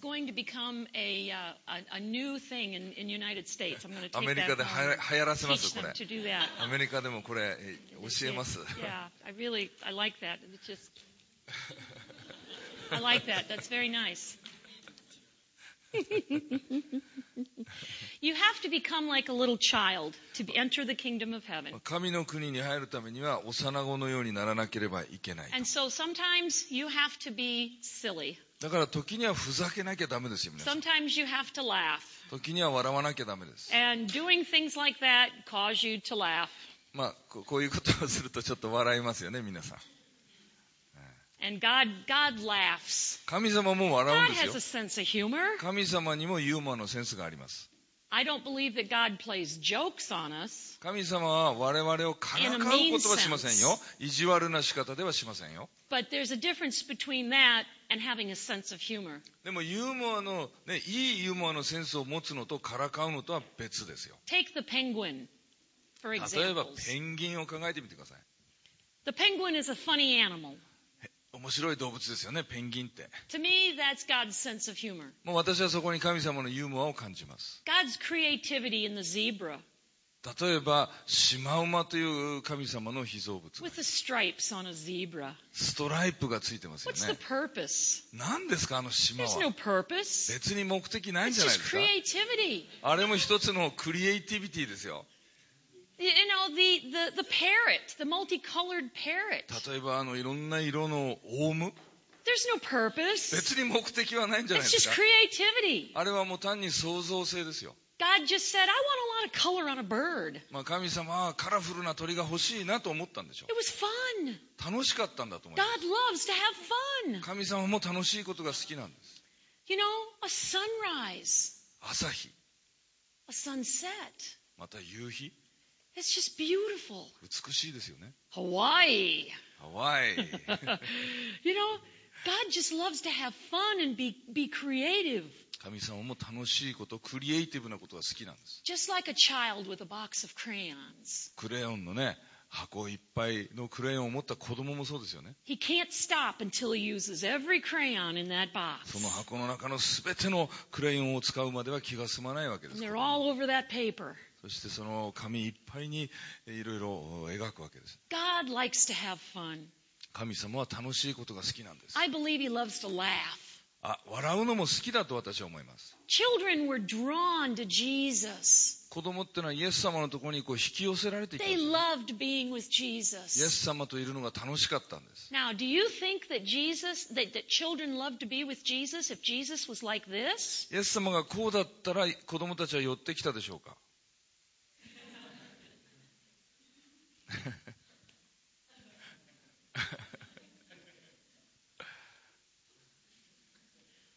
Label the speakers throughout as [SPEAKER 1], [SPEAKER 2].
[SPEAKER 1] going to become a, uh, a, a new thing in, in United States. I'm going to
[SPEAKER 2] ア
[SPEAKER 1] take
[SPEAKER 2] メリ
[SPEAKER 1] that
[SPEAKER 2] カで
[SPEAKER 1] home
[SPEAKER 2] は
[SPEAKER 1] and
[SPEAKER 2] や流行らせます
[SPEAKER 1] teach
[SPEAKER 2] こ
[SPEAKER 1] them
[SPEAKER 2] れ
[SPEAKER 1] to do that.
[SPEAKER 2] アメリカでもこれえ教えます
[SPEAKER 1] Yeah, I really, I like that. It's just, I like that. That's very nice. you have to become like a little child to be, enter the kingdom of heaven.
[SPEAKER 2] 神の国に入るためには幼子のようにならなければいけない
[SPEAKER 1] And so sometimes you have to be silly.
[SPEAKER 2] だから時にはふざけなきゃダメですよ皆さん
[SPEAKER 1] Sometimes you have to laugh.
[SPEAKER 2] 時には笑わなきゃダメです、
[SPEAKER 1] And doing things like that cause you to laugh.
[SPEAKER 2] まあ、ここういうことをするとちょっと笑いますよね皆さん
[SPEAKER 1] And God, God laughs.
[SPEAKER 2] 神様も笑うん
[SPEAKER 1] God
[SPEAKER 2] ですよ
[SPEAKER 1] has a sense of humor.
[SPEAKER 2] 神様にもユーモアのセンスがあります
[SPEAKER 1] I don't believe that God plays jokes on us.
[SPEAKER 2] 神様は我々をからかうことはしません
[SPEAKER 1] In a mean
[SPEAKER 2] よ意地悪な仕方ではしませんよ
[SPEAKER 1] But there's a difference between that and having a sense of humor.
[SPEAKER 2] でもユーモアの、ね、いいユーモアのセンスを持つのとからかうのとは別ですよ
[SPEAKER 1] Take the penguin, for
[SPEAKER 2] 例えば
[SPEAKER 1] example.
[SPEAKER 2] ペンギンを考えてみてください
[SPEAKER 1] The penguin is a funny animal.
[SPEAKER 2] 面白い動物ですよねペンギンって
[SPEAKER 1] To me, that's God's sense of humor.
[SPEAKER 2] もう私はそこに神様のユーモアを感じます
[SPEAKER 1] God's creativity in the zebra
[SPEAKER 2] 例えばシマウマという神様の被造物
[SPEAKER 1] with the stripes on a zebra.
[SPEAKER 2] ストライプがついてますよ
[SPEAKER 1] What's the
[SPEAKER 2] ね
[SPEAKER 1] purpose?
[SPEAKER 2] 何ですかあの島
[SPEAKER 1] There's no
[SPEAKER 2] は
[SPEAKER 1] purpose.
[SPEAKER 2] 別に目的ないん
[SPEAKER 1] It's
[SPEAKER 2] じゃない
[SPEAKER 1] just
[SPEAKER 2] ですか
[SPEAKER 1] creativity.
[SPEAKER 2] あれも一つのクリエイティビティですよ
[SPEAKER 1] You know, the, the, the parrot, the multicolored parrot.
[SPEAKER 2] 例えばあのいろんな色のオウム
[SPEAKER 1] There's no purpose.
[SPEAKER 2] 別に目的はないんじゃない
[SPEAKER 1] It's
[SPEAKER 2] で
[SPEAKER 1] just
[SPEAKER 2] すか
[SPEAKER 1] creativity.
[SPEAKER 2] あれはもう単に創造性ですよ、
[SPEAKER 1] God just said, I want a lot of color on a bird.
[SPEAKER 2] まあ、神様はカラフルな鳥が欲しいなと思ったんでしょ
[SPEAKER 1] It was fun.
[SPEAKER 2] う楽しかったんだと思いま
[SPEAKER 1] God loves to have fun.
[SPEAKER 2] す神様も楽しいことが好きなんです
[SPEAKER 1] You know, a sunrise,
[SPEAKER 2] 朝日
[SPEAKER 1] a sunset.
[SPEAKER 2] また夕日
[SPEAKER 1] It's just beautiful.
[SPEAKER 2] 美しいですよね
[SPEAKER 1] Hawaii.
[SPEAKER 2] ハ ワイ
[SPEAKER 1] you know, God just loves to have fun and be, be creative,
[SPEAKER 2] 神様も楽しいことクリエイティブなことが好きなんです
[SPEAKER 1] just like a child with a box of crayons.
[SPEAKER 2] クレヨンのね箱いっぱいのクレヨンを持った子供もそうですよね
[SPEAKER 1] He can't stop until he uses every crayon in that box.
[SPEAKER 2] その箱の中の全てのクレヨンを使うまでは気が済まないわけで
[SPEAKER 1] And
[SPEAKER 2] す
[SPEAKER 1] they're all over that paper.
[SPEAKER 2] そしてその紙いっぱいにえいろいろ描くわけです
[SPEAKER 1] God likes to have fun.
[SPEAKER 2] 神様は楽しいことが好きなんです
[SPEAKER 1] I believe he loves to laugh.
[SPEAKER 2] あ笑うのも好きだと私は思います
[SPEAKER 1] Children were drawn to Jesus.
[SPEAKER 2] 子供ってのはイエス様のところにこう引き寄せられていきます
[SPEAKER 1] They
[SPEAKER 2] イ
[SPEAKER 1] loved being with
[SPEAKER 2] エ
[SPEAKER 1] Jesus.
[SPEAKER 2] ス様といるのが楽しかったんです
[SPEAKER 1] Now, do you think that Jesus, that, that children love to be with Jesus if Jesus was like this?
[SPEAKER 2] イエス様がこうだったら子供たちは寄ってきたでしょうか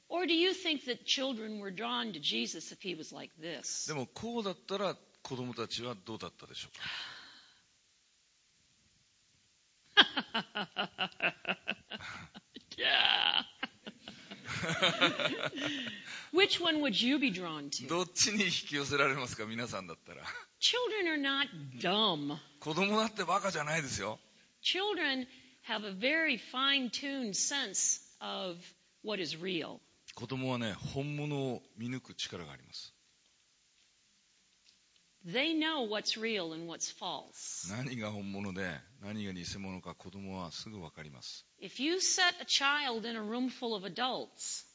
[SPEAKER 1] Or do you think that children were drawn to Jesus if he was like this?
[SPEAKER 2] でもこうだったら子供たちはどうだったでしょうか
[SPEAKER 1] yeah. Which one would you be drawn to?
[SPEAKER 2] どっちに引き寄せられますか皆さんだったら
[SPEAKER 1] Children are not dumb.
[SPEAKER 2] 子供だってバカじゃないですよ
[SPEAKER 1] Children have a very fine tuned sense of what is real.
[SPEAKER 2] 子供はね本物を見抜く力があります
[SPEAKER 1] They know what's real and what's false.
[SPEAKER 2] 何が本物で何が偽物か子供はすぐ分かります
[SPEAKER 1] If you set a child in a room full of adults,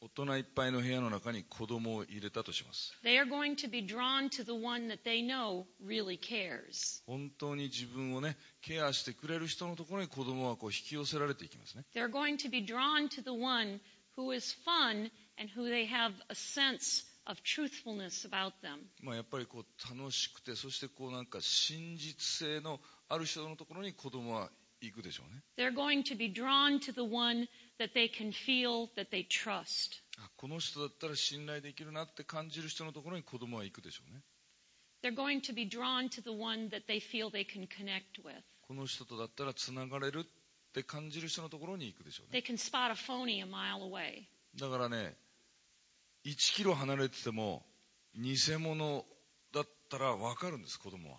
[SPEAKER 2] 大人いっぱいの部屋の中に子供を入れたとします
[SPEAKER 1] they are going to be drawn to the one that they know really cares.
[SPEAKER 2] 本当に自分をねケアしてくれる人のところに子供はこう引き寄せられていきますね
[SPEAKER 1] They're going to be drawn to the one who is fun and who they have a sense of truthfulness about them.
[SPEAKER 2] まあ、やっぱりこう楽しくてそしてこうなんか真実性のある人のところに子供は行くでしょうね
[SPEAKER 1] They're going to be drawn to the one that they can feel that they trust.
[SPEAKER 2] あこの人だったら信頼できるなって感じる人のところに子供は行くでしょうね
[SPEAKER 1] They're going to be drawn to the one that they feel they can connect with.
[SPEAKER 2] この人とだったらつながれるって感じる人のところに行くでしょうね
[SPEAKER 1] They can spot a phony a mile away.
[SPEAKER 2] だからね1キロ離れてても偽物だったら分かるんです子供は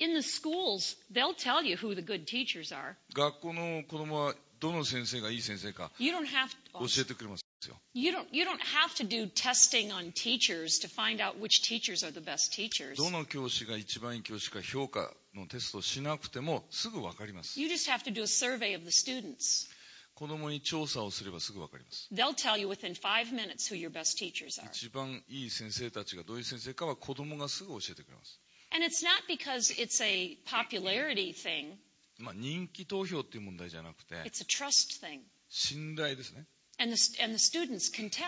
[SPEAKER 1] In the schools, they'll tell you who the good teachers are.
[SPEAKER 2] 学校の子供はどの先生がいい先生か
[SPEAKER 1] You don't have
[SPEAKER 2] 教
[SPEAKER 1] to,
[SPEAKER 2] えてくれますよ
[SPEAKER 1] you don't you don't have to do testing on teachers to find out which teachers are the best teachers.
[SPEAKER 2] どの教師が一番いい教師か評価のテストをしなくてもすぐ分かります
[SPEAKER 1] You just have to do a survey of the students.
[SPEAKER 2] 子供に調査をすればすぐ分かります
[SPEAKER 1] They'll tell you within five minutes who your best teachers are.
[SPEAKER 2] 一番いい先生たちがどういう先生かは子供がすぐ教えてくれます、
[SPEAKER 1] And it's not because it's a popularity thing,
[SPEAKER 2] まあ、人気投票っていう問題じゃなくて
[SPEAKER 1] it's a trust thing.
[SPEAKER 2] 信頼ですね
[SPEAKER 1] And the, and the students can tell.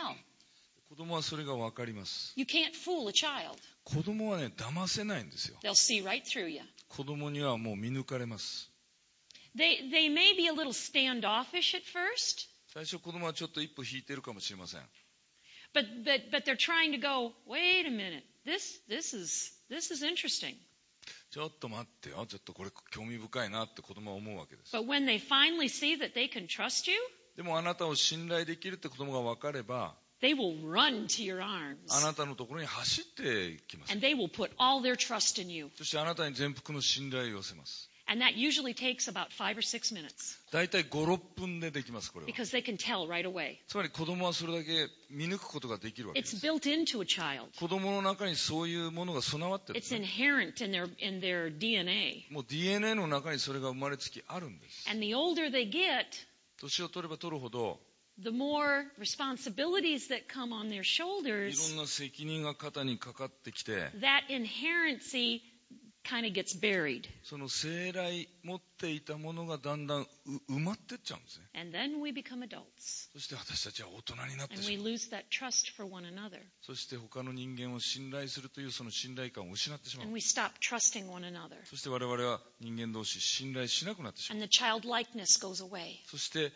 [SPEAKER 2] 子供はそれが分かります
[SPEAKER 1] You can't fool a child.
[SPEAKER 2] 子供はね騙せないんですよ
[SPEAKER 1] They'll see right through you.
[SPEAKER 2] 子供にはもう見抜かれます
[SPEAKER 1] They, they may be a little standoffish at first,
[SPEAKER 2] 最初子供はちょっと一歩引いてるかもしれません
[SPEAKER 1] but, but, but they're trying to go, wait a minute, this, this, is, this is interesting.
[SPEAKER 2] ちょっと待ってよちょっとこれ興味深いなって子供は思うわけです
[SPEAKER 1] But when they finally see that they can trust you,
[SPEAKER 2] でもあなたを信頼できるって子供が分かれば
[SPEAKER 1] they will run to your arms
[SPEAKER 2] あなたのところに走っていきます
[SPEAKER 1] and they will put all their trust in you.
[SPEAKER 2] そしてあなたに全幅の信頼を寄せます
[SPEAKER 1] And that usually takes about five or six minutes
[SPEAKER 2] 大体56分でできますこれは
[SPEAKER 1] because they can tell right away.
[SPEAKER 2] つまり子供はそれだけ見抜くことができるわけで
[SPEAKER 1] It's
[SPEAKER 2] す
[SPEAKER 1] built into a child.
[SPEAKER 2] 子供の中にそういうものが備わってるんで
[SPEAKER 1] It's
[SPEAKER 2] すね
[SPEAKER 1] inherent in their in their DNA.
[SPEAKER 2] もう DNA の中にそれが生まれつきあるんです
[SPEAKER 1] And the older they get,
[SPEAKER 2] 年を取れば取るほど
[SPEAKER 1] the more responsibilities that come on their
[SPEAKER 2] いろ
[SPEAKER 1] shoulders,
[SPEAKER 2] んな責任が肩にかかってきて
[SPEAKER 1] that inherency kind of gets buried.
[SPEAKER 2] その生来持っていたものがだんだんう埋まってっちゃうんですね
[SPEAKER 1] And then we become adults
[SPEAKER 2] そして私たちは大人になって
[SPEAKER 1] and
[SPEAKER 2] し
[SPEAKER 1] we
[SPEAKER 2] まう
[SPEAKER 1] lose that trust for one another
[SPEAKER 2] そして他の人間を信頼するというその信頼感を失ってしまう
[SPEAKER 1] and we stop trusting one another.
[SPEAKER 2] そして我々は人間同士信頼しなくなってしまう
[SPEAKER 1] And the childlikeness goes away.
[SPEAKER 2] そして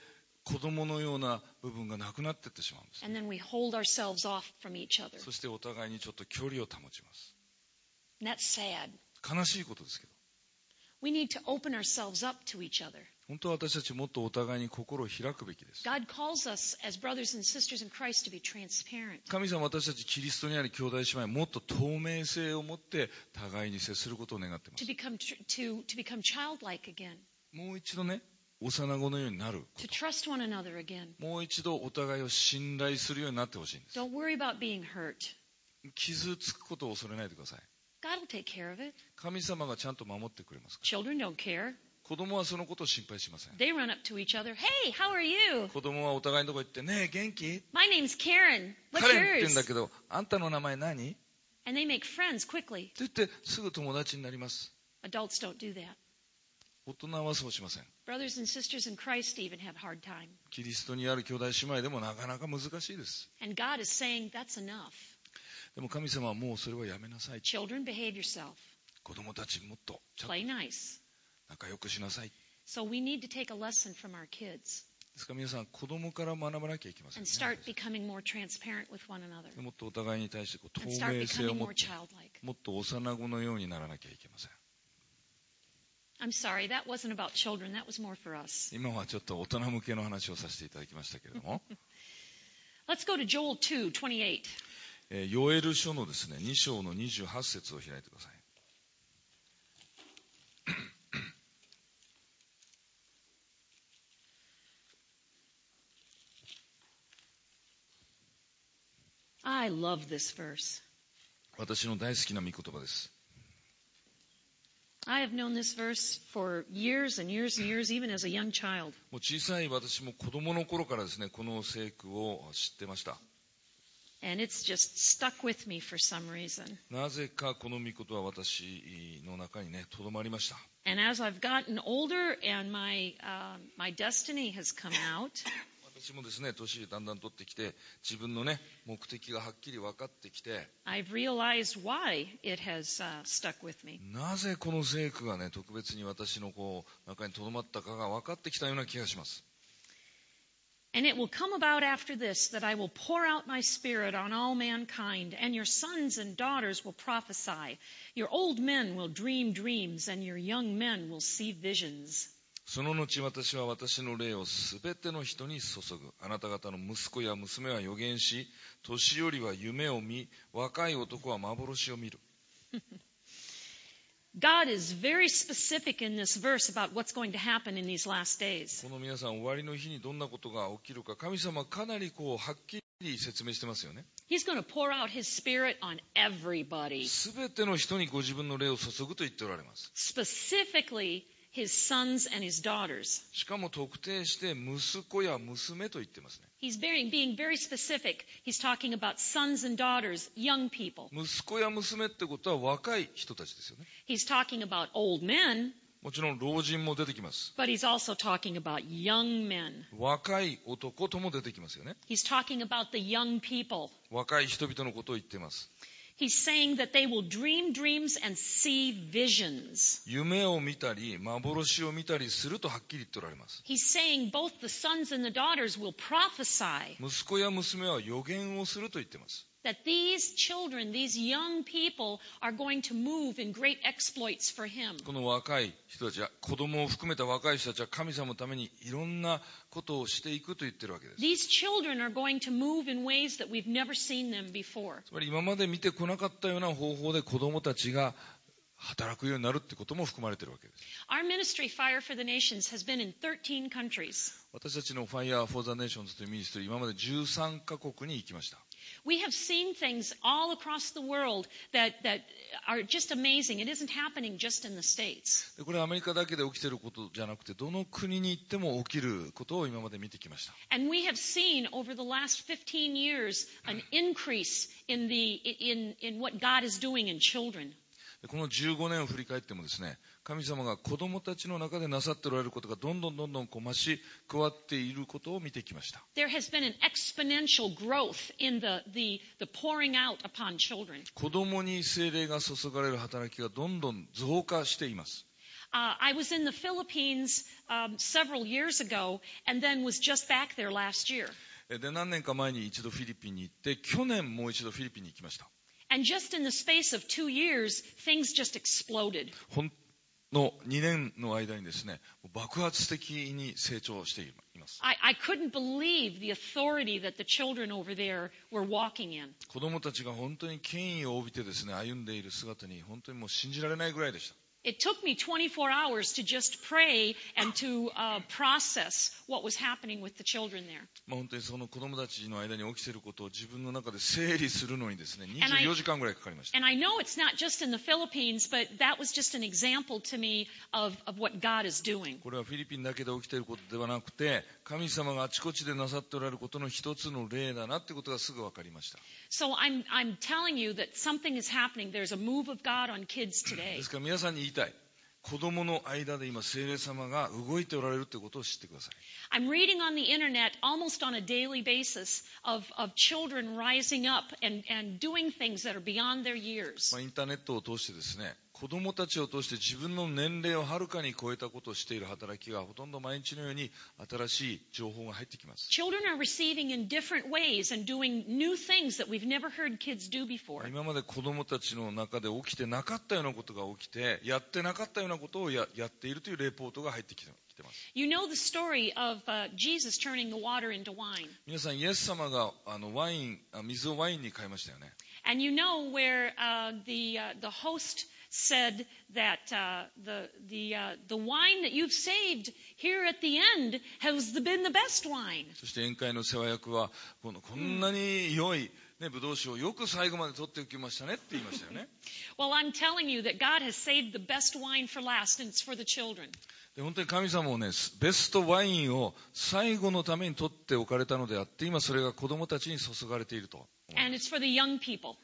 [SPEAKER 2] 子供のような部分がなくなっていってしまうんです
[SPEAKER 1] And then we hold ourselves off from each other.
[SPEAKER 2] そしてお互いにちょっと距離を保ちます。
[SPEAKER 1] And that's sad.
[SPEAKER 2] 悲しいことですけど、
[SPEAKER 1] We need to open ourselves up to each other.
[SPEAKER 2] 本当は私たちもっとお互いに心を開くべきです。
[SPEAKER 1] God calls us as brothers and sisters in Christ to be transparent.
[SPEAKER 2] 神様は私たちキリストにある兄弟姉妹、もっと透明性を持って互いに接することを願っていま
[SPEAKER 1] to
[SPEAKER 2] す。
[SPEAKER 1] become tr- to to become childlike again,
[SPEAKER 2] もう一度ね、幼子のようになるこ
[SPEAKER 1] to trust one another again.
[SPEAKER 2] と。もう一度お互いを信頼するようになってほしいんです。
[SPEAKER 1] Don't worry about being hurt.
[SPEAKER 2] 傷つくことを恐れないでください。
[SPEAKER 1] God will take care of it.
[SPEAKER 2] 神様がちゃんと守ってくれますから。
[SPEAKER 1] Children don't care.
[SPEAKER 2] 子供はそのことを心配しません。
[SPEAKER 1] They run up to each other. Hey, how are you?
[SPEAKER 2] 子供はお互いのとこ行って、ねえ、元気
[SPEAKER 1] My name's Karen. What's
[SPEAKER 2] 彼って言うんだ
[SPEAKER 1] yours?
[SPEAKER 2] けど、あんたの名前何って
[SPEAKER 1] And they make friends quickly.
[SPEAKER 2] 言って、すぐ友達になります。
[SPEAKER 1] Adults don't do that.
[SPEAKER 2] 大人はそうしません。
[SPEAKER 1] Brothers and sisters in Christ even have hard time.
[SPEAKER 2] キリストにある兄弟姉妹でもなかなか難しいです。
[SPEAKER 1] And God is saying that's enough.
[SPEAKER 2] でも神様はもうそれはやめなさい。
[SPEAKER 1] Children, behave yourself.
[SPEAKER 2] 子供たちもっとちゃんと
[SPEAKER 1] Play nice.
[SPEAKER 2] 仲良くしなさい。で
[SPEAKER 1] So we need to take a lesson from our kids
[SPEAKER 2] すから皆さん、子供から学ばなきゃいけません、
[SPEAKER 1] and
[SPEAKER 2] ね。
[SPEAKER 1] start becoming more transparent with one another
[SPEAKER 2] もっとお互いに対してこう透
[SPEAKER 1] and start
[SPEAKER 2] 明性を
[SPEAKER 1] becoming
[SPEAKER 2] 持っ
[SPEAKER 1] more
[SPEAKER 2] て、
[SPEAKER 1] childlike.
[SPEAKER 2] もっと幼子のようにならなきゃいけません。
[SPEAKER 1] I'm sorry, that wasn't about children. That was more for us.
[SPEAKER 2] 今はちょっと大人向けの話をさせていただきましたけれども、
[SPEAKER 1] Let's go to Joel 2, 28.
[SPEAKER 2] えーヨエル書のですね、2章の28節を開いてください。
[SPEAKER 1] I love this verse.
[SPEAKER 2] 私の大好きな御言葉です。
[SPEAKER 1] I have known this verse for years and years and years, even as a young child.
[SPEAKER 2] もう小さい私も子供の頃からですね、この聖句を知ってました。
[SPEAKER 1] And it's just stuck with me for some reason.
[SPEAKER 2] なぜかこの御事は私の中にね、とどまりました。
[SPEAKER 1] And as I've gotten older and my, um my destiny has come out,
[SPEAKER 2] 私もですね、年だんだん取ってきて、自分のね、目的がはっきり分かってきて、
[SPEAKER 1] I've realized why it has uh, stuck with me.
[SPEAKER 2] なぜこの聖句がね、特別に私のこう、中にとどまったかが分かってきたような気がします。
[SPEAKER 1] And it will come about after this that I will pour out my spirit on all mankind, and your sons and daughters will prophesy. Your old men will dream dreams, and your young men will see visions.
[SPEAKER 2] その後私は私の霊をすべての人に注ぐ。あなた方の息子や娘は予言し、年寄りは夢を見、若い男は幻を見る。
[SPEAKER 1] God is very specific in this verse about what's going to happen in these last days.
[SPEAKER 2] この皆さん終わりの日にどんなことが起きるか神様かなりこうはっきり説明してますよね
[SPEAKER 1] He's going to pour out his spirit on everybody,
[SPEAKER 2] 全ての人にご自分の霊を注ぐと言っておられます
[SPEAKER 1] specifically his sons and his daughters.
[SPEAKER 2] しかも特定して息子や娘と言ってますね
[SPEAKER 1] He's being, being very specific. He's talking about sons and daughters, young people.
[SPEAKER 2] 息子や娘ってことは若い人たちですよね
[SPEAKER 1] He's talking about old men,
[SPEAKER 2] もちろん老人も出てきます
[SPEAKER 1] but he's also talking about young men.
[SPEAKER 2] 若い男とも出てきますよね
[SPEAKER 1] He's talking about the young people.
[SPEAKER 2] 若い人々のことを言ってます
[SPEAKER 1] He's saying that they will dream dreams and see visions.
[SPEAKER 2] 夢を見たり幻を見たりするとはっきり言っておられます
[SPEAKER 1] He's saying both the sons and the daughters will prophesy,
[SPEAKER 2] 息子や娘は予言をすると言ってます。
[SPEAKER 1] that these children, these young people, are going to move in great exploits for him.
[SPEAKER 2] この若い人たちは、子供を含めた若い人たちは神様のためにいろんなことをしていくと言ってるわけです。
[SPEAKER 1] These children are going to move in ways that we've never seen them before.
[SPEAKER 2] つまり今まで見てこなかったような方法で子供たちが働くようになるってことも含まれてるわけです。
[SPEAKER 1] Our ministry, Fire for the Nations, has been in 13 countries.
[SPEAKER 2] 私たちの Fire for the Nations というミニストリー、今まで13カ国に行きました。
[SPEAKER 1] We have seen things all across the world that, that are just amazing. It isn't happening just in the States.
[SPEAKER 2] でこれはアメリカだけで起きてることじゃなくて、どの国に行っても起きることを今まで見てきました。
[SPEAKER 1] And we have seen over the last 15 years an increase in, the, in, in what God is doing in children.
[SPEAKER 2] でこの15年を振り返ってもですね神様が子供たちの中でなさっておられることがどんどんどんどんこう増し加わっていることを見てきました
[SPEAKER 1] There has been an exponential growth in the, the, the pouring out upon children.
[SPEAKER 2] 子供に精霊が注がれる働きがどんどん増加しています
[SPEAKER 1] Uh, I was in the Philippines um, several years ago and then was just back there last year.
[SPEAKER 2] えで何年か前に一度フィリピンに行って去年もう一度フィリピンに行きました
[SPEAKER 1] And just in the space of two years, things just exploded.
[SPEAKER 2] ほんの2年の間にですね爆発的に成長しています
[SPEAKER 1] I, I couldn't believe the authority that the children over there were walking in.
[SPEAKER 2] 子供たちが本当に権威を帯びてですね歩んでいる姿に本当にもう信じられないぐらいでした
[SPEAKER 1] It took me 24 hours to just pray and to uh, process what was happening with the children there.
[SPEAKER 2] まあ、本当にその子供たちの間に起きていることを自分の中で整理するのにですね
[SPEAKER 1] And I-
[SPEAKER 2] 24時間ぐらいかかりました
[SPEAKER 1] And I know it's not just in the Philippines, but that was just an example to me of, of what God is doing.
[SPEAKER 2] これはフィリピンだけで起きていることではなくて神様があちこちでなさっておられることの一つの例だなってことがすぐ分かりました
[SPEAKER 1] So I'm, I'm telling you that something is happening. There's a move of God on kids
[SPEAKER 2] で
[SPEAKER 1] today.
[SPEAKER 2] すから皆さんに言いたい子供の間で今聖霊様が動いておられるということを知ってください
[SPEAKER 1] I'm reading on the internet almost on a daily basis of, of children rising up and, and doing things that are beyond their years.
[SPEAKER 2] まあ、インターネットを通してですね子供たちを通して自分の年齢をはるかに超えたことをしている働きがほとんど毎日のように新しい情報が入ってきます
[SPEAKER 1] Children are receiving in different ways and doing new things that we've never heard kids do before.
[SPEAKER 2] 今まで子供たちの中で起きてなかったようなことが起きてやってなかったようなことをややっているというレポートが入ってきてきてます
[SPEAKER 1] You know the story of uh, Jesus turning the water into wine.
[SPEAKER 2] 皆さんイエス様があのワインあ水をワインに変えましたよね
[SPEAKER 1] And you know where uh, the, uh, the host said that uh, the, the, uh, the wine that you've saved here at the end has been the best wine.
[SPEAKER 2] そして宴会の世話役はこのこんなに良い、ね、ブドウ酒をよく最後まで取っておきましたねって言いましたよね
[SPEAKER 1] Well, I'm telling you that God has saved the best wine for last, and it's for the children.
[SPEAKER 2] で本当に神様をねベストワインを最後のために取っておかれたのであって今それが子供たちに注がれていると
[SPEAKER 1] And it's for the young people.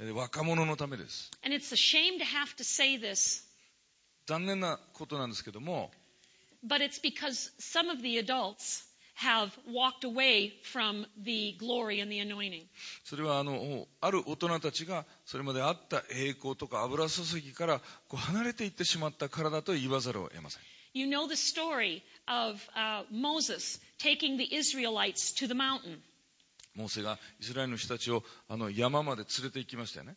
[SPEAKER 2] え若者のためです
[SPEAKER 1] And it's a shame to have to say this,
[SPEAKER 2] 残念なことなんですけども
[SPEAKER 1] but it's because some of the adults have walked away from the glory and the anointing.
[SPEAKER 2] それはあのある大人たちがそれまであった栄光とか油注ぎからこう離れていってしまったからだと言わざるを得ません
[SPEAKER 1] You know the story of uh, Moses taking the Israelites to the mountain.
[SPEAKER 2] モーセがイスラエルの人たちをあの山まで連れて行きましたよね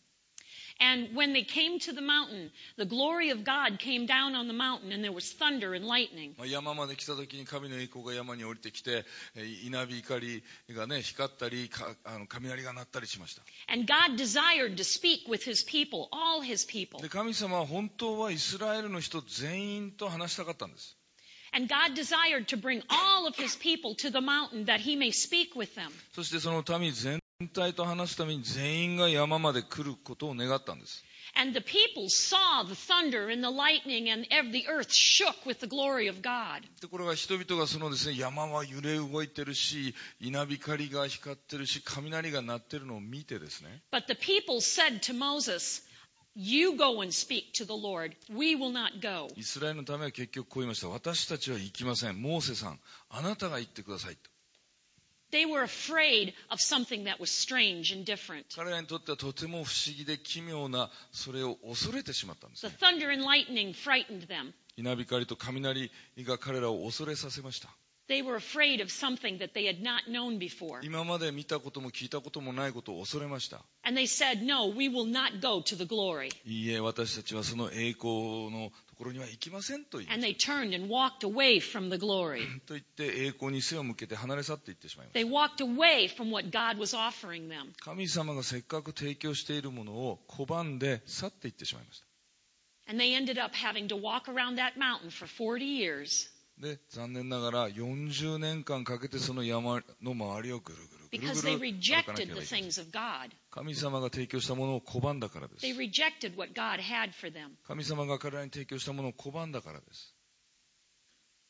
[SPEAKER 1] And when they came to the mountain, the glory of God came down on the mountain, and there was thunder and lightning.
[SPEAKER 2] まあ山まで来た時に神の栄光が山に降りてきて、えー稲火怒りがね、光ったり、かあの雷が鳴ったりしました。
[SPEAKER 1] And God desired to speak with his people, all his people.
[SPEAKER 2] で、神様は本当はイスラエルの人全員と話したかったんです。
[SPEAKER 1] And God desired to bring all of his people to the mountain that he may speak with them.
[SPEAKER 2] そしてその民全体と話すために全員が山まで来ることを願ったんです。
[SPEAKER 1] And the people saw the thunder and the lightning, and ev- the earth shook with the glory of God.
[SPEAKER 2] ところが人々がそのですね、山は揺れ動いてるし、稲光が光ってるし、雷が鳴ってるのを見てですね、
[SPEAKER 1] But the people said to Moses, You go and speak to the Lord. We will not go.
[SPEAKER 2] イスラエルのためは結局こう言いました。私たちは行きません。モーセさん、あなたが行ってくださいと。
[SPEAKER 1] They were afraid of something that was strange and different.
[SPEAKER 2] 彼らにとってはとても不思議で奇妙な、それを恐れてしまったんで
[SPEAKER 1] The
[SPEAKER 2] すね。
[SPEAKER 1] thunder and lightning frightened them.
[SPEAKER 2] 稲光と雷が彼らを恐れさせました。
[SPEAKER 1] They were afraid of something that they had not known before.
[SPEAKER 2] 今まで見たことも聞いたこともないことを恐れました。
[SPEAKER 1] And they said, No, we will not go to the glory.
[SPEAKER 2] いいえ、私たちはその栄光のところには行きませんと言い
[SPEAKER 1] And they turned and walked away from the glory.
[SPEAKER 2] と言って栄光に背を向けて離れ去っていってしまいました
[SPEAKER 1] They walked away from what God was offering them.
[SPEAKER 2] 神様がせっかく提供しているものを拒んで去っていってしまいまし
[SPEAKER 1] And they ended up having to walk around that mountain for 40 years
[SPEAKER 2] た。で、残念ながら40年間かけてその山の周りをぐるぐるぐる
[SPEAKER 1] because
[SPEAKER 2] ぐ
[SPEAKER 1] they
[SPEAKER 2] る歩かなけ
[SPEAKER 1] rejected
[SPEAKER 2] ればいけな
[SPEAKER 1] the
[SPEAKER 2] い
[SPEAKER 1] things of God.
[SPEAKER 2] 神様が提供したものを拒んだからで
[SPEAKER 1] They
[SPEAKER 2] す。
[SPEAKER 1] rejected what God had for them.
[SPEAKER 2] 神様が彼らに提供したものを拒んだからです。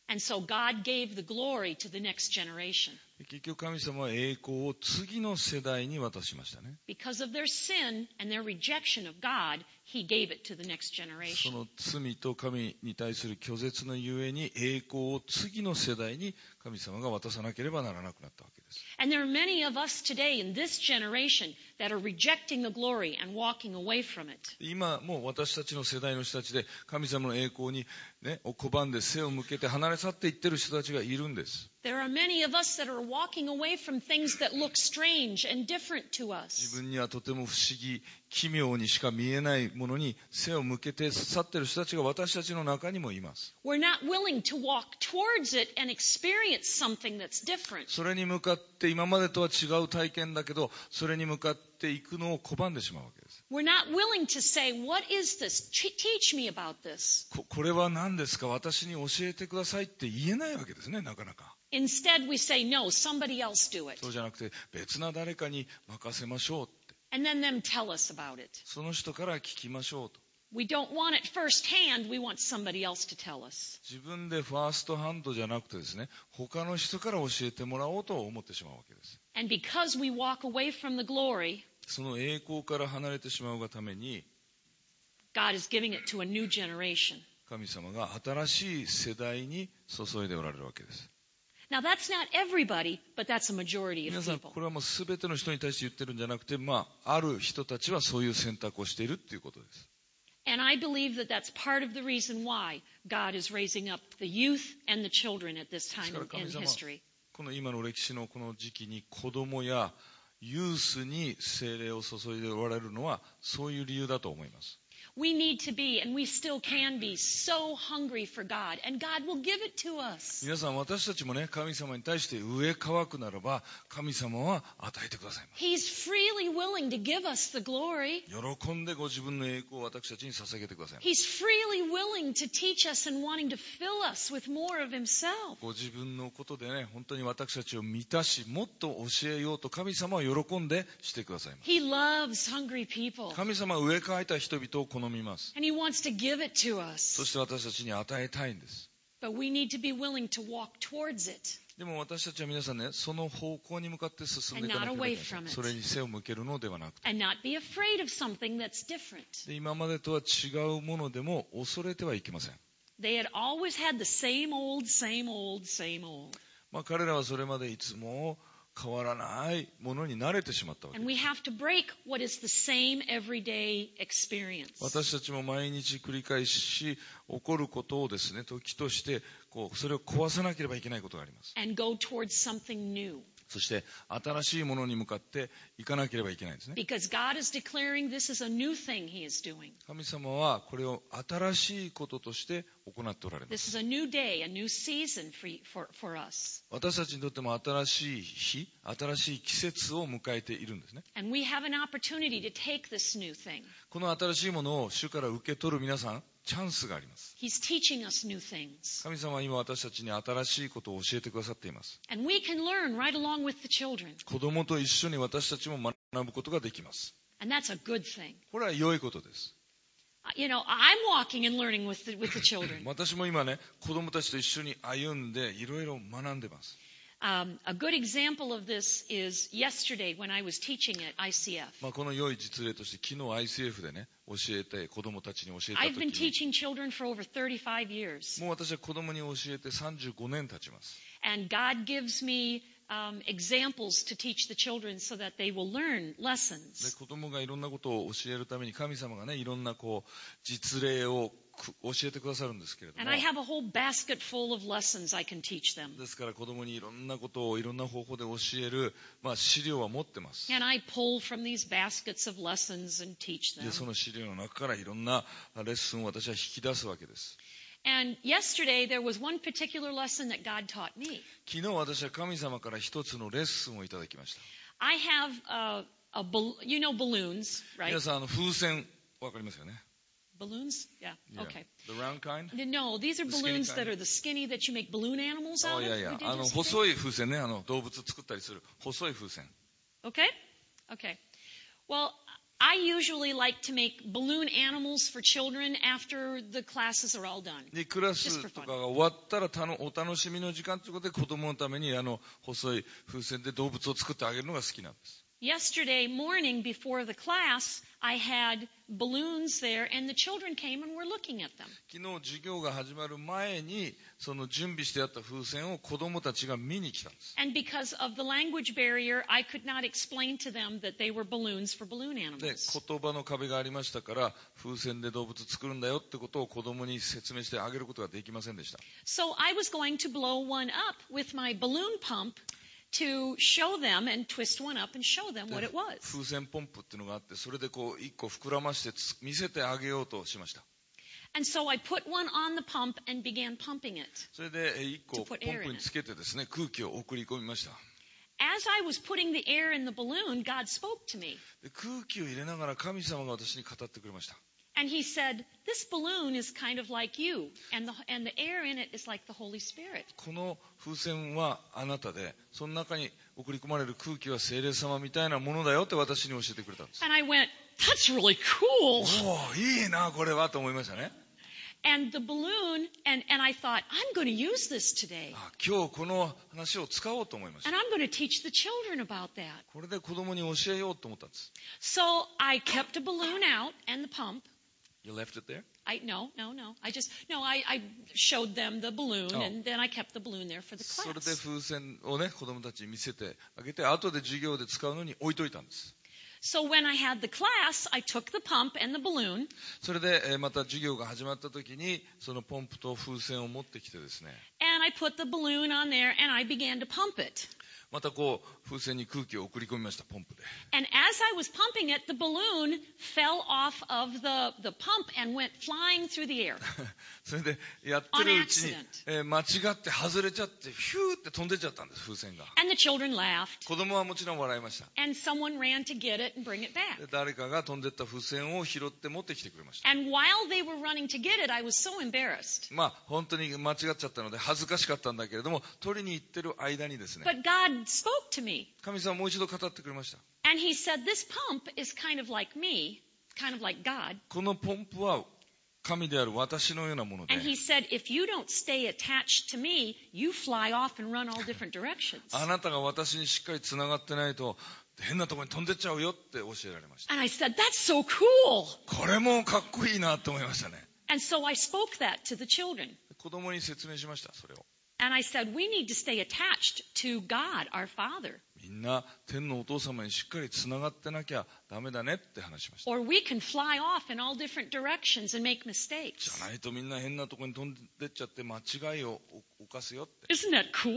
[SPEAKER 1] And so God gave the glory to the next generation.
[SPEAKER 2] で結局神様は栄光を次の世代に渡しましたね。
[SPEAKER 1] Because of their sin and their rejection of God, He gave it to the next
[SPEAKER 2] そ
[SPEAKER 1] generation.
[SPEAKER 2] の罪と神に対する拒絶のゆえに栄光を次の世代に神様が渡さなければならなくなったわけです。
[SPEAKER 1] And there are many of us today in this generation that are rejecting the glory and walking away from it.
[SPEAKER 2] 今もう私たちの世代の人たちで神様の栄光に、ね、を拒んで背を向けて離れ去っていってる人たちがいるんです。
[SPEAKER 1] There are many of us that are walking away from things that look strange and different to
[SPEAKER 2] 自
[SPEAKER 1] us.
[SPEAKER 2] 分にはとても不思議、奇妙にしか見えないものに背を向けて去ってる人たちが私たちの中にもいます。
[SPEAKER 1] We're not willing to walk towards it and experience something that's different.
[SPEAKER 2] それに向かって今までとは違う体験だけど、それに向かっていくのを拒んでしまうわけです。
[SPEAKER 1] We're not willing to say, What is this? Te- Teach me about this.
[SPEAKER 2] ここれは何ですか私に教えてくださいって言えないわけですね、なかなか。
[SPEAKER 1] Instead, we say, No, somebody else do it.
[SPEAKER 2] そうじゃなくて別な誰かに任せましょうって。
[SPEAKER 1] And then them tell us about it.
[SPEAKER 2] その人から聞きましょうと。
[SPEAKER 1] We don't want it firsthand. We want somebody else to tell us.
[SPEAKER 2] 自分でファーストハンドじゃなくてですね、他の人から教えてもらおうと思ってしまうわけです。
[SPEAKER 1] And because we walk away from the glory,
[SPEAKER 2] その栄光から離れてしまうがために、
[SPEAKER 1] God is giving it to a new generation.
[SPEAKER 2] 神様が新しい世代に注いでおられるわけです。
[SPEAKER 1] Now, that's not everybody, but that's a majority
[SPEAKER 2] 皆
[SPEAKER 1] of
[SPEAKER 2] さん、こ
[SPEAKER 1] people.
[SPEAKER 2] れはもう全ての人に対して言ってるんじゃなくて、まあ、ある人たちはそういう選択をしているっていうことです。
[SPEAKER 1] And I believe that that's part of the reason why God is raising up the youth and the children at this time
[SPEAKER 2] Sorry, come
[SPEAKER 1] in
[SPEAKER 2] here, Zama.
[SPEAKER 1] history.
[SPEAKER 2] この今の歴史のこの時期に子供やユースに精霊を注いでおられるのは、そういう理由だと思います。
[SPEAKER 1] We need to be, and we still can be, so hungry for God, and God will give it to us.
[SPEAKER 2] 皆さん私たちもね神様に対して上乾くならば神様は与えてください
[SPEAKER 1] He's freely willing to give us the glory.
[SPEAKER 2] 喜んでご自分の栄光を私たちに捧げてください
[SPEAKER 1] He's freely willing to teach us and wanting to fill us with more of Himself.
[SPEAKER 2] ご自分のことでね本当に私たちを満たしもっと教えようと神様は喜んでしてくださいま
[SPEAKER 1] He loves hungry people
[SPEAKER 2] す神様は上乾いた人々を好みます
[SPEAKER 1] and He wants to give it to
[SPEAKER 2] そし
[SPEAKER 1] us.
[SPEAKER 2] て私たちに与えたいんです
[SPEAKER 1] But we need to be willing to walk towards it.
[SPEAKER 2] でも私たちは皆さんねその方向に向かって進んでいかなければいけない
[SPEAKER 1] And not away from it.
[SPEAKER 2] それに背を向けるのではなく
[SPEAKER 1] and not be afraid of something that's different.
[SPEAKER 2] で今までとは違うものでも恐れてはいけません
[SPEAKER 1] They had always had the same old, same old, same old.
[SPEAKER 2] まあ、彼らはそれまでいつも変わらないものに慣れてしまったわけ
[SPEAKER 1] And
[SPEAKER 2] で
[SPEAKER 1] we
[SPEAKER 2] す。
[SPEAKER 1] have to break what is the same everyday experience.
[SPEAKER 2] 私たちも毎日繰り返し起こることをですね、時としてこうそれを壊さなければいけないことがあります。
[SPEAKER 1] And go towards something new.
[SPEAKER 2] そして新しいものに向かっていかなければいけないんですね
[SPEAKER 1] because God is declaring this is a new thing He is doing.
[SPEAKER 2] 神様はこれを新しいこととして行っておられま
[SPEAKER 1] This is
[SPEAKER 2] す
[SPEAKER 1] a new day, a new season for, for, for us.
[SPEAKER 2] 私たちにとっても新しい日新しい季節を迎えているんですね
[SPEAKER 1] And we have an opportunity to take this new thing.
[SPEAKER 2] この新しいものを主から受け取る皆さんチャンスがあります
[SPEAKER 1] He's teaching us new things.
[SPEAKER 2] 神様は今私たちに新しいことを教えてくださっています
[SPEAKER 1] And we can learn right along with the children.
[SPEAKER 2] 子供と一緒に私たちも学ぶことができます。
[SPEAKER 1] And that's a good thing.
[SPEAKER 2] これは良いことです。
[SPEAKER 1] Uh, You know, I'm walking and learning with the, with the children.
[SPEAKER 2] 私も今ね、子供たちと一緒に歩んでいろいろ学んでます。
[SPEAKER 1] Um, a good example of this is yesterday when I was teaching at ICF.
[SPEAKER 2] まあ、この良い実例として昨日 ICF でね、教えて子供たちに教えた
[SPEAKER 1] I've
[SPEAKER 2] 時
[SPEAKER 1] been
[SPEAKER 2] に
[SPEAKER 1] teaching children for over 35 years.
[SPEAKER 2] もう私は子供に教えて35年経ちます。
[SPEAKER 1] And God gives me um, examples to teach the children so that they will learn
[SPEAKER 2] で
[SPEAKER 1] lessons.
[SPEAKER 2] 子供がいろんなことを教えるために神様がねいろんなこう実例をく教えてくださるんですけれども
[SPEAKER 1] And I have a whole basket full of lessons I can teach them.
[SPEAKER 2] ですから子供にいろんなことをいろんな方法で教える、まあ、資料は持ってます
[SPEAKER 1] And I pull from these baskets of lessons and teach
[SPEAKER 2] でそ
[SPEAKER 1] them.
[SPEAKER 2] の資料の中からいろんなレッスンを私は引き出すわけです
[SPEAKER 1] And yesterday, there was one particular lesson that God taught me.
[SPEAKER 2] 昨日私は神様から一つのレッスンをいただきまし
[SPEAKER 1] I have uh, a, a bal- you know balloons,
[SPEAKER 2] た
[SPEAKER 1] right?
[SPEAKER 2] 皆さんあの風船わかりますよね
[SPEAKER 1] Balloons? Yeah. Okay.
[SPEAKER 2] The round kind?
[SPEAKER 1] No, these are
[SPEAKER 2] The skinny
[SPEAKER 1] balloons
[SPEAKER 2] kind. Oh,
[SPEAKER 1] that are the skinny that you make balloon animals
[SPEAKER 2] あ
[SPEAKER 1] out
[SPEAKER 2] い
[SPEAKER 1] of.
[SPEAKER 2] やいや
[SPEAKER 1] We did
[SPEAKER 2] あの
[SPEAKER 1] yesterday.
[SPEAKER 2] 細い風船ねあの動物作ったりする細い風船
[SPEAKER 1] Okay? Okay. Well, I usually like to make balloon animals for children after the classes are all done.
[SPEAKER 2] でクラスとかが終わったらたのお楽しみの時間ということで子供のためにあの細い風船で動物を作ってあげるのが好きなんです
[SPEAKER 1] Yesterday morning before the class, I had balloons there, and the children came and were looking at them.
[SPEAKER 2] 昨日授業が始まる前にその準備してあった風船を子供たちが見に来たんです
[SPEAKER 1] And because of the language barrier, I could not explain to them that they were balloons for balloon
[SPEAKER 2] で
[SPEAKER 1] animals.
[SPEAKER 2] 言葉の壁がありましたから風船で動物作るんだよってことを子供に説明してあげることができませんでした
[SPEAKER 1] So I was going to blow one up with my balloon pump to show them and twist one up and show them what it was.
[SPEAKER 2] 風船ポンプっていうのがあってそれでこう一個膨らましてつ見せてあげようとしました
[SPEAKER 1] And so I put one on the pump and began pumping it.
[SPEAKER 2] それでえ一個
[SPEAKER 1] To
[SPEAKER 2] ポ
[SPEAKER 1] put
[SPEAKER 2] ン
[SPEAKER 1] air in
[SPEAKER 2] プにつけてですね空気を送り込みました
[SPEAKER 1] As I was putting the air in the balloon, God spoke to me.
[SPEAKER 2] で空気を入れながら神様が私に語ってくれました
[SPEAKER 1] And he said, This balloon is kind of like you, and the, and the air in it is like the Holy Spirit.
[SPEAKER 2] この風船はあなたでその中に送り込まれる空気は精霊様みたいなものだよって私に教えてくれたんです
[SPEAKER 1] And I went, That's really cool.
[SPEAKER 2] おおいいなこれはと思いましたね
[SPEAKER 1] And the balloon, and, and I thought, I'm going to use this today,
[SPEAKER 2] あ今日この話を使おうと思いました
[SPEAKER 1] and I'm going to teach the children about that.
[SPEAKER 2] これで子供に教えようと思ったんです。
[SPEAKER 1] So I kept a balloon out and the pump.
[SPEAKER 2] You left it there?
[SPEAKER 1] I no, no, no. I just no. I, I showed them the balloon,
[SPEAKER 2] Oh.
[SPEAKER 1] and then I kept the balloon there for the
[SPEAKER 2] それで
[SPEAKER 1] class.
[SPEAKER 2] 風船をね、子供たちに見せてあげて、後で授業で使うのに置いといたんです。
[SPEAKER 1] So when I had the class, I took the pump and the balloon,
[SPEAKER 2] それで、えーまた授業が始まった時に、そのポンプと風船を持ってきてですね、
[SPEAKER 1] and I put the balloon on there, and I began to pump it.
[SPEAKER 2] またこう、風船に空気を送り込みました、ポンプで。
[SPEAKER 1] And as I was pumping it, the balloon fell off of the, the pump and went flying through the air.
[SPEAKER 2] それで、やってるうちに
[SPEAKER 1] On accident.、
[SPEAKER 2] えー間違って外れちゃって、ヒューって飛んでっちゃったんです、風船が。
[SPEAKER 1] And the children laughed,
[SPEAKER 2] 子供はもちろん笑いました。
[SPEAKER 1] and someone ran to get it and bring it back.
[SPEAKER 2] で誰かが飛んでった風船を拾って持ってきてくれました。
[SPEAKER 1] And while they were running to get it, I was so embarrassed.
[SPEAKER 2] まあ、本当に間違っちゃったので恥ずかしかったんだけれども取りに行ってる間にですね
[SPEAKER 1] But God spoke to me,
[SPEAKER 2] 神様もう一度語ってくれました
[SPEAKER 1] and He said, This pump is kind of like me, kind of like God.
[SPEAKER 2] このポンプは神である私のようなもので
[SPEAKER 1] And He said, If you don't stay attached to me, you fly off and run all different directions.
[SPEAKER 2] あなたが私にしっかりつながってないと変なところに飛んでっちゃうよって教えられました
[SPEAKER 1] And I said, That's so cool.
[SPEAKER 2] これもかっこいいなと思いましたね
[SPEAKER 1] And so I spoke that to the children.
[SPEAKER 2] 子供に説明しましたそれを
[SPEAKER 1] And I said, we need to stay attached to God, our Father.
[SPEAKER 2] 一みんな天のお父様にしっかりつながってなきゃダメだねって話しました
[SPEAKER 1] Or we can fly off in all different directions and make
[SPEAKER 2] じ
[SPEAKER 1] mistakes.
[SPEAKER 2] ゃないとみんな変なとこに飛んでっちゃって間違いを犯すよっ
[SPEAKER 1] Isn't that cool?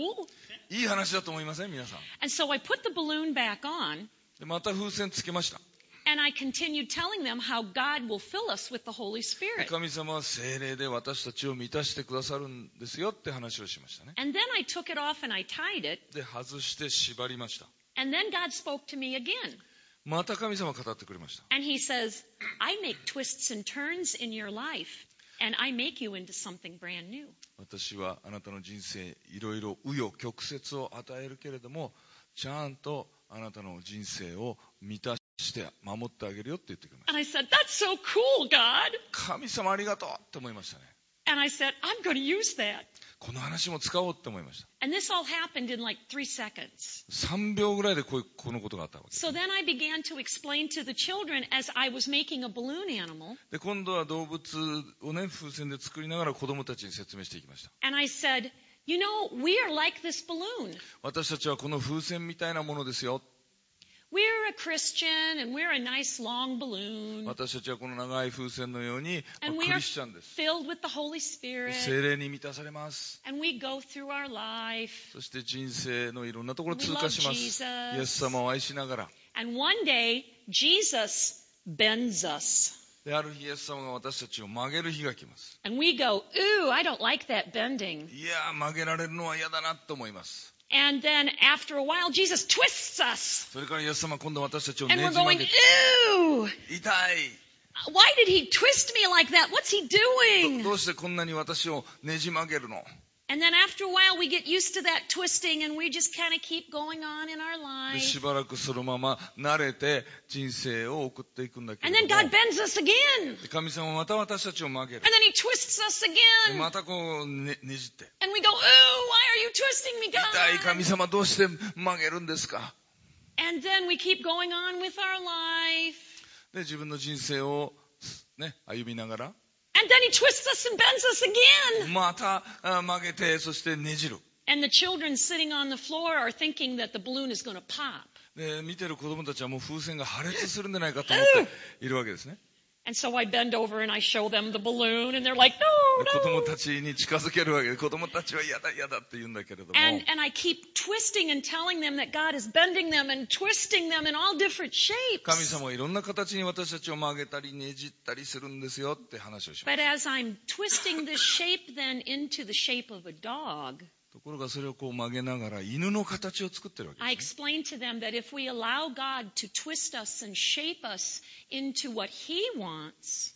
[SPEAKER 2] ていい話だと思いません皆さん
[SPEAKER 1] And so I put the balloon back on
[SPEAKER 2] でまた風船つけました
[SPEAKER 1] and I continued telling them how God will fill us with the Holy
[SPEAKER 2] で
[SPEAKER 1] Spirit.
[SPEAKER 2] 神様は精霊で私たちを満たしてくださるんですよって話をしましたね
[SPEAKER 1] And then I took it off and I tied it.
[SPEAKER 2] で外して縛りました
[SPEAKER 1] And then God spoke to me again.
[SPEAKER 2] また神様語ってくれました
[SPEAKER 1] And He says, I make twists and turns in your life, and I make you into something brand new.
[SPEAKER 2] 私はあなたの人生いろいろ紆余曲折を与えるけれどもちゃんとあなたの人生を満たして守ってあげるよって言ってくれまし
[SPEAKER 1] And I said, That's so cool, God.
[SPEAKER 2] た神様ありがとうって思いましたね
[SPEAKER 1] And I said, I'm going to use that.
[SPEAKER 2] この話も使おうって思いました
[SPEAKER 1] And this all happened in like three seconds.
[SPEAKER 2] 3秒ぐらいでこういうこのことがあったわけ
[SPEAKER 1] So then I began to explain to the children as I was making a balloon animal.
[SPEAKER 2] で今度は動物をね風船で作りながら子供たちに説明していきました
[SPEAKER 1] And I said, You know, we are like this balloon.
[SPEAKER 2] 私たちはこの風船みたいなものですよ
[SPEAKER 1] We're a Christian and we're a nice long balloon
[SPEAKER 2] 私たちはこの長い風船のように、まあ
[SPEAKER 1] And we are-
[SPEAKER 2] クリスチャンです
[SPEAKER 1] filled with the Holy Spirit
[SPEAKER 2] 精霊に満たされます
[SPEAKER 1] and we go through our life.
[SPEAKER 2] そして人生のいろんなところ
[SPEAKER 1] We
[SPEAKER 2] 通
[SPEAKER 1] love
[SPEAKER 2] 過します
[SPEAKER 1] Jesus.
[SPEAKER 2] イエス様を愛しながら
[SPEAKER 1] And one day, Jesus bends us.
[SPEAKER 2] である日イエス様が私たちを曲げる日が来ます
[SPEAKER 1] And we go, Ooh, I don't like that bending.
[SPEAKER 2] いやー曲げられるのは嫌だなと思います
[SPEAKER 1] And then after a while, Jesus twists us.
[SPEAKER 2] それからイエス様今度私たちをね
[SPEAKER 1] And
[SPEAKER 2] じ
[SPEAKER 1] we're
[SPEAKER 2] 曲
[SPEAKER 1] going,
[SPEAKER 2] げて
[SPEAKER 1] Ooh,
[SPEAKER 2] 痛
[SPEAKER 1] why did he twist me like that? What's he
[SPEAKER 2] いど
[SPEAKER 1] doing?
[SPEAKER 2] どうしてこんなに私をねじ曲げるの
[SPEAKER 1] And then after a while, we get used to that twisting and we just kind of keep going on in our
[SPEAKER 2] で
[SPEAKER 1] life.
[SPEAKER 2] しばらくそのまま慣れて人生を送っていくんだけ
[SPEAKER 1] And
[SPEAKER 2] れ
[SPEAKER 1] then
[SPEAKER 2] ども
[SPEAKER 1] God bends us again.
[SPEAKER 2] で神様はまた私たちを曲げる
[SPEAKER 1] And then he twists us
[SPEAKER 2] で
[SPEAKER 1] again.
[SPEAKER 2] またこうねねじって。
[SPEAKER 1] And we go, Ooh, why are you twisting me,
[SPEAKER 2] 痛い
[SPEAKER 1] God?
[SPEAKER 2] 神様どうして曲げるんですか
[SPEAKER 1] And then we keep going on with our life.
[SPEAKER 2] で自分の人生を、ね、歩みながら
[SPEAKER 1] And then he twists us and bends us again.
[SPEAKER 2] またあ曲げてそしてねじる
[SPEAKER 1] And the children sitting on the floor are thinking that the balloon is going to pop.
[SPEAKER 2] で見てる子供たちはもう風船が破裂するんじゃないかと思っているわけですね
[SPEAKER 1] And so I bend over and I show them the balloon, and they're like, no,
[SPEAKER 2] で子
[SPEAKER 1] no.
[SPEAKER 2] 供たちに近づけるわけで子供たちは嫌だ嫌だって言うんだけれども
[SPEAKER 1] And, and I keep twisting and telling them that God is bending them and twisting them in all different
[SPEAKER 2] 神
[SPEAKER 1] shapes.
[SPEAKER 2] 様はいろんな形に私たちを曲げたりねじったりするんですよって話をします
[SPEAKER 1] But as I'm twisting this shape then into the shape of a dog,
[SPEAKER 2] ところがそれをこう曲げながら犬の形を作ってるわけ
[SPEAKER 1] I
[SPEAKER 2] です、
[SPEAKER 1] explain to them that if we allow God to twist us and shape us into what He wants,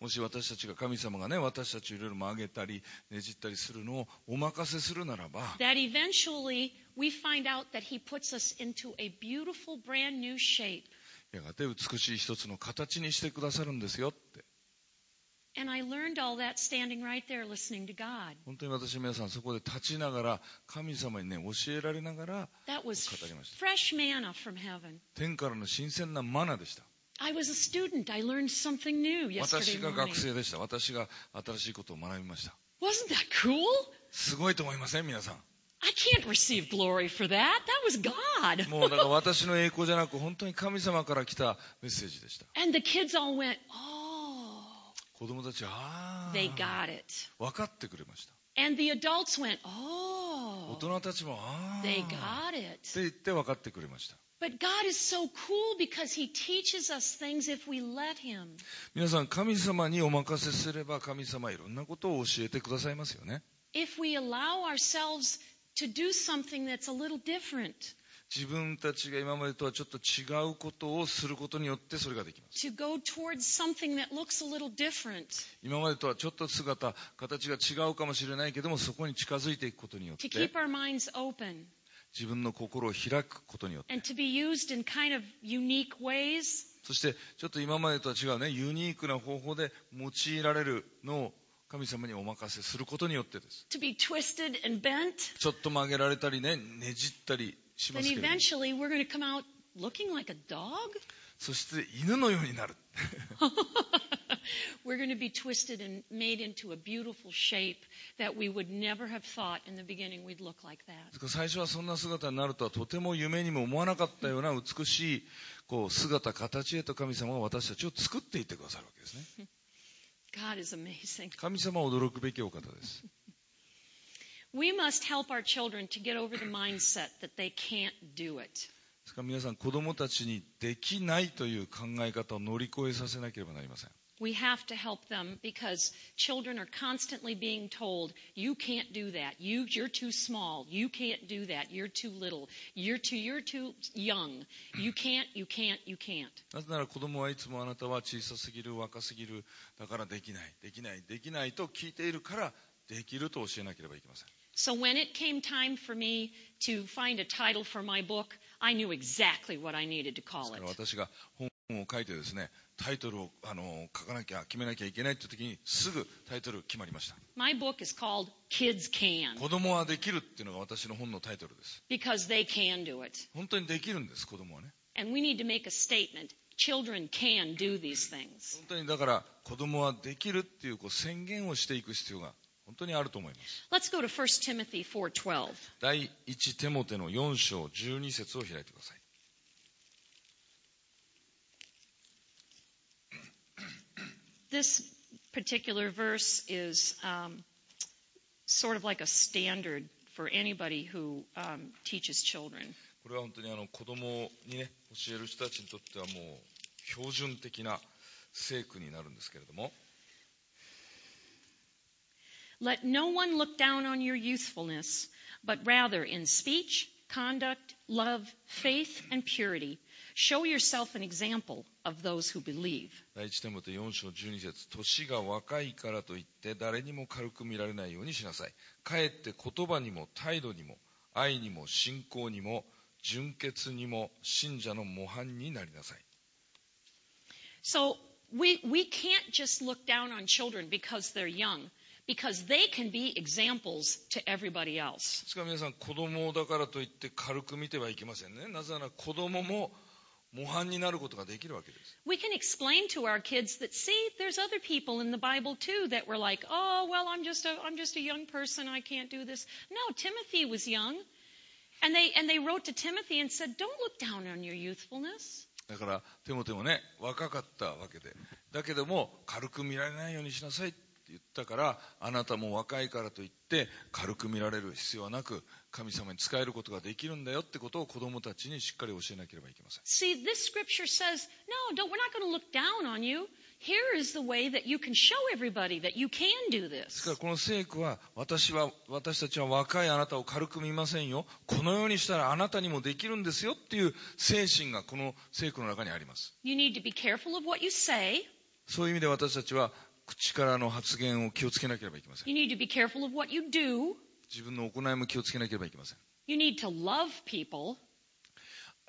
[SPEAKER 2] もし私たちが神様がね私たちをいろいろ曲げたりねじったりするのをお任せするならば
[SPEAKER 1] that eventually we find out that He puts us into a beautiful, brand new shape.
[SPEAKER 2] やがて美しい一つの形にしてくださるんですよって。
[SPEAKER 1] And I learned all that standing right there listening to God.
[SPEAKER 2] 本当に私皆さんそこで立ちながら神様にね教えられながら
[SPEAKER 1] That was
[SPEAKER 2] 語りました。
[SPEAKER 1] fresh manna from heaven.
[SPEAKER 2] 天からの新鮮なマナでした。
[SPEAKER 1] I was a student. I learned something new
[SPEAKER 2] 私
[SPEAKER 1] yesterday
[SPEAKER 2] が
[SPEAKER 1] morning.
[SPEAKER 2] 学生でした。私が新しいことを学びました。
[SPEAKER 1] Wasn't that cool?
[SPEAKER 2] すごいと思いません皆さん。
[SPEAKER 1] I can't receive glory for that. That was God.
[SPEAKER 2] もうだから私の栄光じゃなく本当に神様から来たメッセージでした。
[SPEAKER 1] and the kids all went, oh,
[SPEAKER 2] 子供たちはあ
[SPEAKER 1] they
[SPEAKER 2] ー
[SPEAKER 1] got it.
[SPEAKER 2] 分かってくれました。
[SPEAKER 1] And the adults went,
[SPEAKER 2] 大
[SPEAKER 1] oh,
[SPEAKER 2] 人たちもああ
[SPEAKER 1] they
[SPEAKER 2] って
[SPEAKER 1] got it.
[SPEAKER 2] 言って分かってくれました。
[SPEAKER 1] But God is so cool because He teaches us things if we let Him.
[SPEAKER 2] 皆さん神様にお任せすれば神様はいろんなことを教えてくださいますよね。
[SPEAKER 1] If we allow ourselves to do something that's a little different,
[SPEAKER 2] 自分たちが今までとはちょっと違うことをすることによってそれができます
[SPEAKER 1] to go towards something that looks a little different,
[SPEAKER 2] 今までとはちょっと姿形が違うかもしれないけどもそこに近づいていくことによっ
[SPEAKER 1] to
[SPEAKER 2] て
[SPEAKER 1] keep our minds open
[SPEAKER 2] 自分の心を開くことによって
[SPEAKER 1] and to be used in kind of unique ways,
[SPEAKER 2] そしてちょっと今までとは違うねユニークな方法で用いられるのを神様にお任せすることによってです
[SPEAKER 1] to be twisted and bent,
[SPEAKER 2] ちょっと曲げられたりねねじったりしま
[SPEAKER 1] then
[SPEAKER 2] すけれども
[SPEAKER 1] eventually we're going to come out looking like a dog.
[SPEAKER 2] そして犬のようになる
[SPEAKER 1] We're going to be twisted and made into a beautiful shape that we would never have thought in the beginning we'd look like that.
[SPEAKER 2] ですから最初はそんな姿になるとはとても夢にも思わなかったような美しいこう姿形へと神様が私たちを作っていってくださるわけですね
[SPEAKER 1] God is amazing.
[SPEAKER 2] 神様は驚くべきお方です
[SPEAKER 1] We must help our children to get over the mindset that they can't do it.
[SPEAKER 2] ですから皆さん子供たちにできないという考え方を乗り越えさせなければなりません
[SPEAKER 1] We have to help them because children are constantly being told, you can't do that. You, you're too small. You can't do that. You're too little. You're too, you're too young. You can't, you can't, you can't.
[SPEAKER 2] なぜなら子供はいつもあなたは小さすぎる若すぎるだからできないできないできないと聞いているからできると教えなければいけません
[SPEAKER 1] So when it came time for me to find a title for my book, I knew exactly what I needed to
[SPEAKER 2] です
[SPEAKER 1] call
[SPEAKER 2] か
[SPEAKER 1] it.
[SPEAKER 2] ら私が本を書いてですねタイトルをあの書かなきゃ決めなきゃいけないという時にすぐタイトル決まりました
[SPEAKER 1] My book is called Kids Can
[SPEAKER 2] 子供はできるっていうのが私の本のタイトルです
[SPEAKER 1] because they can do it.
[SPEAKER 2] 本当にできるんです子供はね
[SPEAKER 1] And we need to make a statement. Children can do these things.
[SPEAKER 2] 本当にだから子供はできるっていうこう宣言をしていく必要が本当にあると思います
[SPEAKER 1] Let's go to 1 Timothy 4:12.
[SPEAKER 2] 第1テモテの4章12節を開いてください
[SPEAKER 1] This particular verse is um, sort of like a standard for anybody who um, teaches children.
[SPEAKER 2] これは本当にあの子供にね教える人たちにとってはもう標準的な聖句になるんですけれども
[SPEAKER 1] Let no one look down on your youthfulness, but rather in speech, conduct, love, faith, and purity, show yourself an example of those who believe.
[SPEAKER 2] 第一テモテ4章12節年が若いからといって誰にも軽く見られないようにしなさいかえって言葉にも態度にも愛にも信仰にも純潔にも信者の模範になりなさい
[SPEAKER 1] So we, we can't just look down on children because they're young, because they can be examples to everybody else.
[SPEAKER 2] ですから皆さん子供だからといって軽く見てはいけませんねなぜなら子供も模範になることができるわけです
[SPEAKER 1] We can explain to our kids that see, there's other people in the Bible too that were like, oh well, I'm just a I'm just a young person, I can't do this. No, Timothy was young, and they and they wrote to Timothy and said, don't look down on your youthfulness.
[SPEAKER 2] だからテモテもね若かったわけでだけども軽く見られないようにしなさいって言ったからあなたも若いからといって軽く見られる必要はなく神様に仕えることができるんだよってことを子供たちにしっかり教えなければいけません
[SPEAKER 1] See, this scripture says, no, don't, we're not going to look down on you. Here is the way that you can show everybody that you can do
[SPEAKER 2] です
[SPEAKER 1] this.
[SPEAKER 2] からこの聖句は私は私たちは若いあなたを軽く見ませんよこのようにしたらあなたにもできるんですよっていう精神がこの聖句の中にあります
[SPEAKER 1] You need to be careful of what you say.
[SPEAKER 2] そういう意味で私たちは口からの発言を気をつけなければいけませ
[SPEAKER 1] You
[SPEAKER 2] ん
[SPEAKER 1] need to be careful of what you do.
[SPEAKER 2] 自分の行いも気をつけなければいけません
[SPEAKER 1] You need to love people.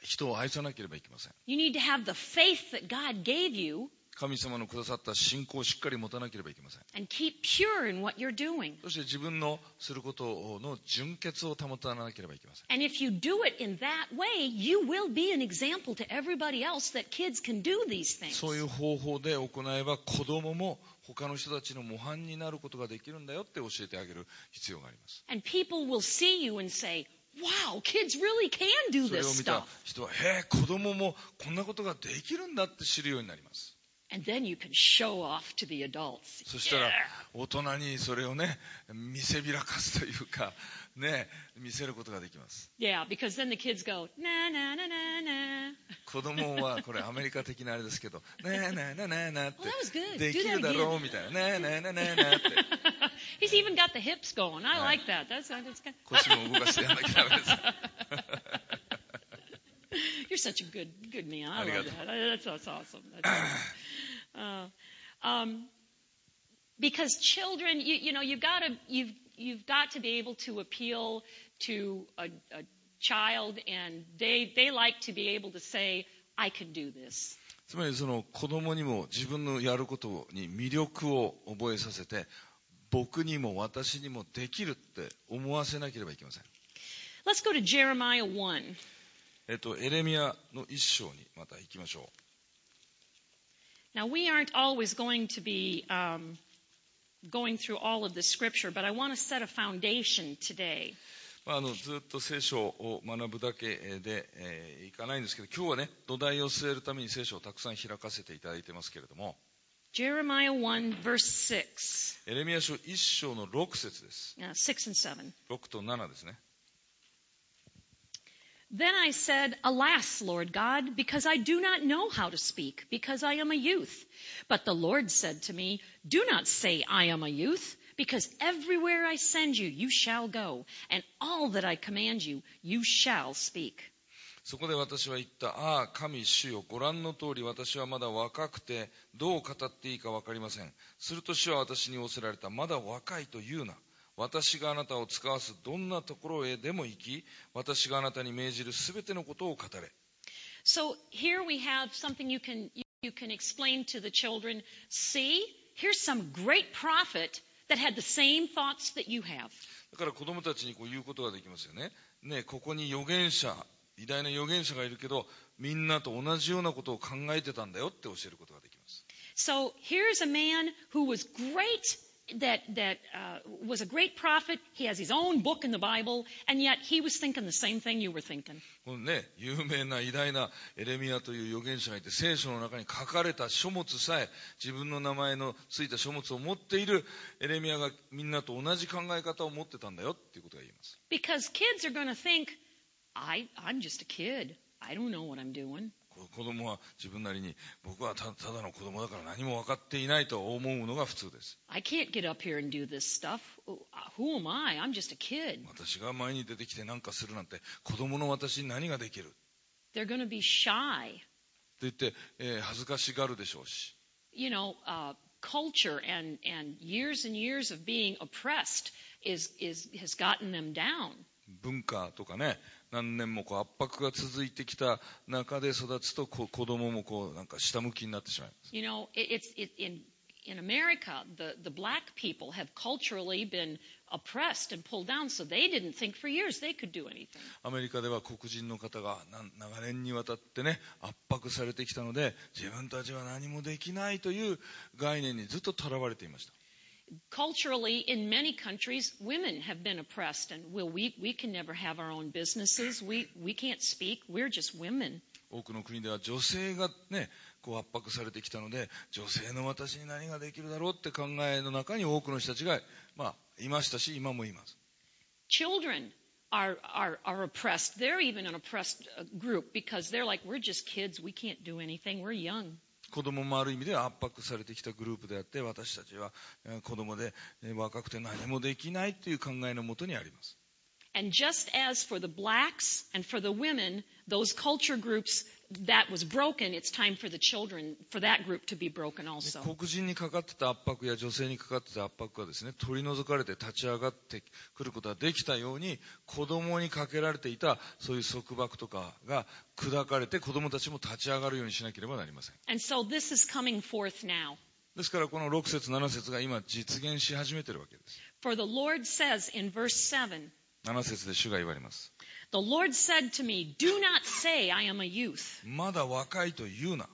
[SPEAKER 2] 人を愛さなければいけません
[SPEAKER 1] You need to have the faith that God gave you
[SPEAKER 2] 神様のくださった信仰をしっかり持たなければいけません
[SPEAKER 1] and keep pure in what you're doing.
[SPEAKER 2] そして自分のすることの純潔を保たなければいけません
[SPEAKER 1] And if you do it in that way, you will be an example to everybody else that kids can do these things.
[SPEAKER 2] そういう方法で行えば子供も他の人たちの模範になることができるんだよって教えてあげる必要があります
[SPEAKER 1] And people will see you and say, wow, kids really can do
[SPEAKER 2] それを
[SPEAKER 1] this
[SPEAKER 2] 見た
[SPEAKER 1] stuff.
[SPEAKER 2] 人はへえ子供もこんなことができるんだって知るようになります
[SPEAKER 1] And then you can show off to the adults.
[SPEAKER 2] そしたら大人にそれをね見せびらかすというかね見せることができます
[SPEAKER 1] Yeah, because then the kids go, na, na, na, na, na.
[SPEAKER 2] 子供はこれアメリカ的なあれですけど「ねえねえねえねえねえ」
[SPEAKER 1] Well, that
[SPEAKER 2] っ
[SPEAKER 1] was
[SPEAKER 2] て
[SPEAKER 1] good.
[SPEAKER 2] できるだろ
[SPEAKER 1] Do that
[SPEAKER 2] う
[SPEAKER 1] again.
[SPEAKER 2] みたいな「ねえねえねえねえねえ」って
[SPEAKER 1] He's even got the hips going. I like that. That's, that's good.
[SPEAKER 2] 腰も動かしてやんなきゃダメ です
[SPEAKER 1] You're such a good good man. I love
[SPEAKER 2] Arigato.
[SPEAKER 1] that. That's, that's awesome. That's awesome. Uh, um, because children, you, you know, you've got to you've you've got to be able to appeal to a, a child, and they they like to be able to say, "I can do this."
[SPEAKER 2] つまりその子供にも自分のやることに魅力を覚えさせて僕にも私にもできるって思わせなければいけません、
[SPEAKER 1] Let's go to Jeremiah one.
[SPEAKER 2] えっと、エレミアの一章にまた行きましょ
[SPEAKER 1] Now, we aren't always going to be um, going through all of the scripture, but I want to set a foundation today.
[SPEAKER 2] まあ、あのずっと聖書を学ぶだけえーで、えーいかないんですけど今日はね土台を据えるために聖書をたくさん開かせていただいてますけれども
[SPEAKER 1] Jeremiah 1, verse 6,
[SPEAKER 2] エレミア書1章の6節です。
[SPEAKER 1] uh, 6 and 7.
[SPEAKER 2] 6と7ですね。
[SPEAKER 1] Then I said, Alas, Lord God, because I do not know how to speak, because I am a youth. But the Lord said to me, Do not say, I am a youth, because everywhere I send you, you shall go, and all that I command you, you shall speak.
[SPEAKER 2] そこで私は言った、ああ、神主よ、ご覧の通り私はまだ若くて、どう語っていいか分かりません。すると主は私に仰せられた、まだ若いと言うな。私があなたを使わすどんなところへでも行き、私があなたに命じるすべてのことを語れ。
[SPEAKER 1] So here we have something you can, you can explain to the children. See, here's some great prophet that had the same thoughts that you have.
[SPEAKER 2] だから子供たちにこう言うことができますよね。ねえここに預言者、偉大な預言者がいるけど、みんなと同じようなことを考えてたんだよって教えることができます。
[SPEAKER 1] So here's a man who was great, that, that uh, was a great prophet. He has his own book in the Bible, and yet he was thinking the same thing you were thinking.
[SPEAKER 2] このね、有名な偉大なエレミアという預言者がいて、聖書の中に書かれた書物さえ、自分の名前のついた書物を持っているエレミアがみんなと同じ考え方を持ってたんだよっていうことが言います。
[SPEAKER 1] Because kids are going to think, I, I'm just a kid. I don't know what I'm doing.
[SPEAKER 2] こ子供は自分なりに、僕はたただの子供だから何も分かっていないと思うのが普通です。
[SPEAKER 1] I can't get up here and do this stuff. Who am I? I'm just a kid.
[SPEAKER 2] 私が前に出てきて何かするなんて、子供の私に何ができるって
[SPEAKER 1] They're going to be shy.
[SPEAKER 2] 言って、えー恥ずかしがるでしょうし。
[SPEAKER 1] You know, uh, culture and, and years and years of being oppressed is, is, has gotten them down.
[SPEAKER 2] 文化とかね何年もこう圧迫が続いてきた中で育つとこう子供もこうなんか下向きになってしまいます
[SPEAKER 1] You know, it, it's it, in in America, the the black people have culturally been oppressed and pulled down, so they didn't think for years they could do anything.
[SPEAKER 2] アメリカでは黒人の方がなん長年にわたってね圧迫されてきたので自分たちは何もできないという概念にずっととらわれていました
[SPEAKER 1] Culturally, in many countries, women have been oppressed, and well, we we can never have our own businesses. We we can't speak. We're just women.
[SPEAKER 2] 多くの国では女性がねこう圧迫されてきたので女性の私に何ができるだろうって考えの中に多くの人たちが、まあ、いましたし今もいます
[SPEAKER 1] Children are are are oppressed. They're even an oppressed uh, group because they're like we're just kids. We can't do anything. We're young.
[SPEAKER 2] 子供もある意味で圧迫されてきたグループであって私たちはえー子供でえー若くて何もできないという考えのもとにあります
[SPEAKER 1] And just as for the blacks and for the women, those culture groups that was broken, it's time for the children, for that group to be broken
[SPEAKER 2] で
[SPEAKER 1] also.
[SPEAKER 2] 黒人にかかってた圧迫や女性にかかってた圧迫がですね取り除かれて立ち上がってくることができたように子供にかけられていたそういう束縛とかが砕かれて子供たちも立ち上がるようにしなければなりません
[SPEAKER 1] And so this is coming forth now.
[SPEAKER 2] ですからこの6節7節が今実現し始めてるわけです
[SPEAKER 1] For the Lord says in verse 7,
[SPEAKER 2] 7節で主が言われます
[SPEAKER 1] The Lord said to me, Do not say I am a youth,
[SPEAKER 2] まだ若いと言うな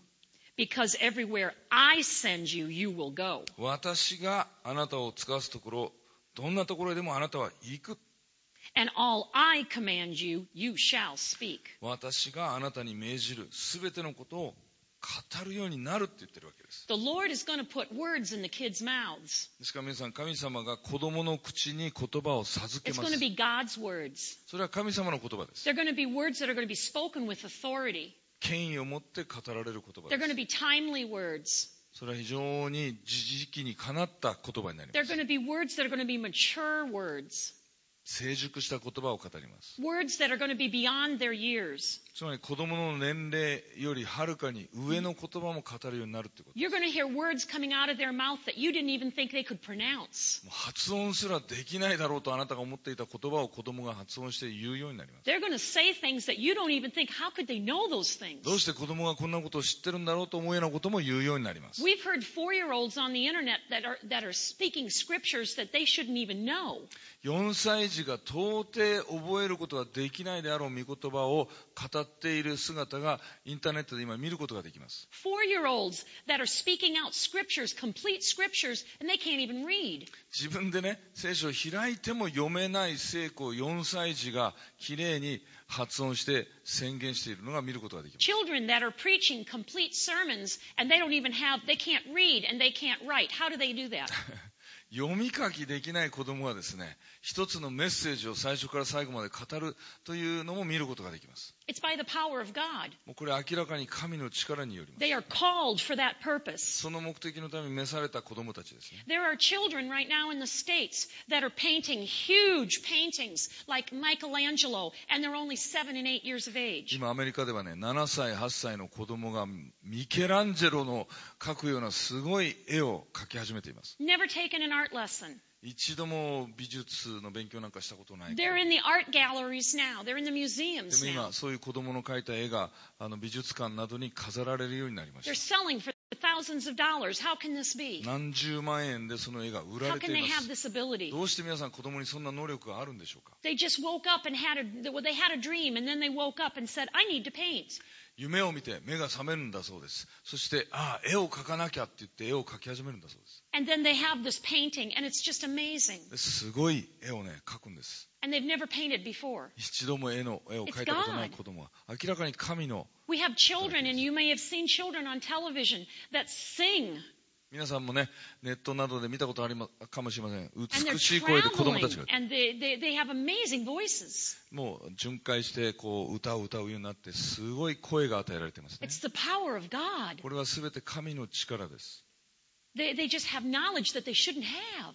[SPEAKER 1] because everywhere I send you, you will go.
[SPEAKER 2] 私があなたを使わすところどんなところへでもあなたは行く
[SPEAKER 1] And all I command you, you shall speak.
[SPEAKER 2] 私があなたに命じる全てのことを語るようになるって言ってるわけです
[SPEAKER 1] The Lord is going to put words in the kids' mouths.
[SPEAKER 2] ですから皆さん神様が子供の口に言葉を授け
[SPEAKER 1] It's
[SPEAKER 2] ま
[SPEAKER 1] going to
[SPEAKER 2] す
[SPEAKER 1] be God's words.
[SPEAKER 2] それは神様の言葉です
[SPEAKER 1] They're going to be words that are going to be spoken with authority.
[SPEAKER 2] 権威を持って語られる言葉
[SPEAKER 1] They're
[SPEAKER 2] で
[SPEAKER 1] going to
[SPEAKER 2] す
[SPEAKER 1] be timely words.
[SPEAKER 2] それは非常に時々にかなった言葉になり
[SPEAKER 1] They're
[SPEAKER 2] ます
[SPEAKER 1] going to be words that are going to be mature words,
[SPEAKER 2] 成熟した言葉を語ります
[SPEAKER 1] words that are going to be beyond their years.
[SPEAKER 2] つまり子供の年齢よりはるかに上の言葉も語るようになるってこと
[SPEAKER 1] You're going to hear words coming out of their mouth that you didn't even think they could pronounce.
[SPEAKER 2] もう発音すらできないだろうとあなたが思っていた言葉を子供が発音して言うようになります
[SPEAKER 1] They're going to say things that you don't even think, how could they know those
[SPEAKER 2] どう
[SPEAKER 1] things?
[SPEAKER 2] して子供がこんなことを知ってるんだろうと思うようなことも言うようになります
[SPEAKER 1] We've heard four year olds on the internet that are, that are speaking scriptures that they shouldn't even know.
[SPEAKER 2] 4歳児ちが到底覚えることができないであろう御言葉を語っている姿がインターネットで今見ることができます。
[SPEAKER 1] Four year olds that are speaking out scriptures, complete scriptures, and they can't even read.
[SPEAKER 2] 自分でね、聖書を開いても読めない聖子を4歳児がきれいに発音して宣言しているのが見ることができます。
[SPEAKER 1] Children that are preaching complete sermons and they don't even have, they can't read and they can't write. How do they do that?
[SPEAKER 2] 読み書きできない子供がですね、一つのメッセージを最初から最後まで語るというのも見ることができます。
[SPEAKER 1] It's by the power of God.
[SPEAKER 2] もうこれ明らかに神の力によります。
[SPEAKER 1] They are called for that purpose.
[SPEAKER 2] その目的のために召された子供たちですね。
[SPEAKER 1] There are children right now in the States that are painting huge paintings like Michelangelo, and they're only seven and eight years of age.
[SPEAKER 2] 今アメリカではね、7歳、8歳の子供がミケランジェロの描くようなすごい絵を描き始めています。
[SPEAKER 1] Never taken an art lesson.
[SPEAKER 2] 一度も美術の勉強なんかしたことない。
[SPEAKER 1] They're in the art galleries now, they're in the
[SPEAKER 2] で
[SPEAKER 1] museums
[SPEAKER 2] も
[SPEAKER 1] now.
[SPEAKER 2] 今、そういう子供の描いた絵があの美術館などに飾られるようになりま
[SPEAKER 1] They're
[SPEAKER 2] し
[SPEAKER 1] selling for thousands of dollars. How can this
[SPEAKER 2] た。
[SPEAKER 1] be?
[SPEAKER 2] 何十万円でその絵が売ら
[SPEAKER 1] How
[SPEAKER 2] れて
[SPEAKER 1] can
[SPEAKER 2] い
[SPEAKER 1] they
[SPEAKER 2] ま
[SPEAKER 1] have
[SPEAKER 2] す。
[SPEAKER 1] this ability?
[SPEAKER 2] どうして皆さん子供にそんな能力があるんでしょうか
[SPEAKER 1] They just woke up and had a well, they had a dream and then they woke up and said, "I need to paint."
[SPEAKER 2] 夢を見て目が覚めるんだそうです。そして、ああ、絵を描かなきゃって言って絵を描き始めるんだそうです。
[SPEAKER 1] And then they have this painting and it's just amazing.
[SPEAKER 2] ですごい絵をね、描くんです。
[SPEAKER 1] And they've never painted before.
[SPEAKER 2] 一度も絵の絵を描いたことない子供は明らかに神の
[SPEAKER 1] We have children and you may have seen children on television that sing
[SPEAKER 2] 皆さんもねネットなどで見たことありまかもしれません
[SPEAKER 1] and they're
[SPEAKER 2] 美しい声で子供
[SPEAKER 1] traveling
[SPEAKER 2] たちが
[SPEAKER 1] and they, they, they have amazing voices.
[SPEAKER 2] もう巡回してこう歌を歌うようになってすごい声が与えられてますね
[SPEAKER 1] It's the power of God.
[SPEAKER 2] これは全て神の力です
[SPEAKER 1] They, they just have knowledge that they shouldn't have.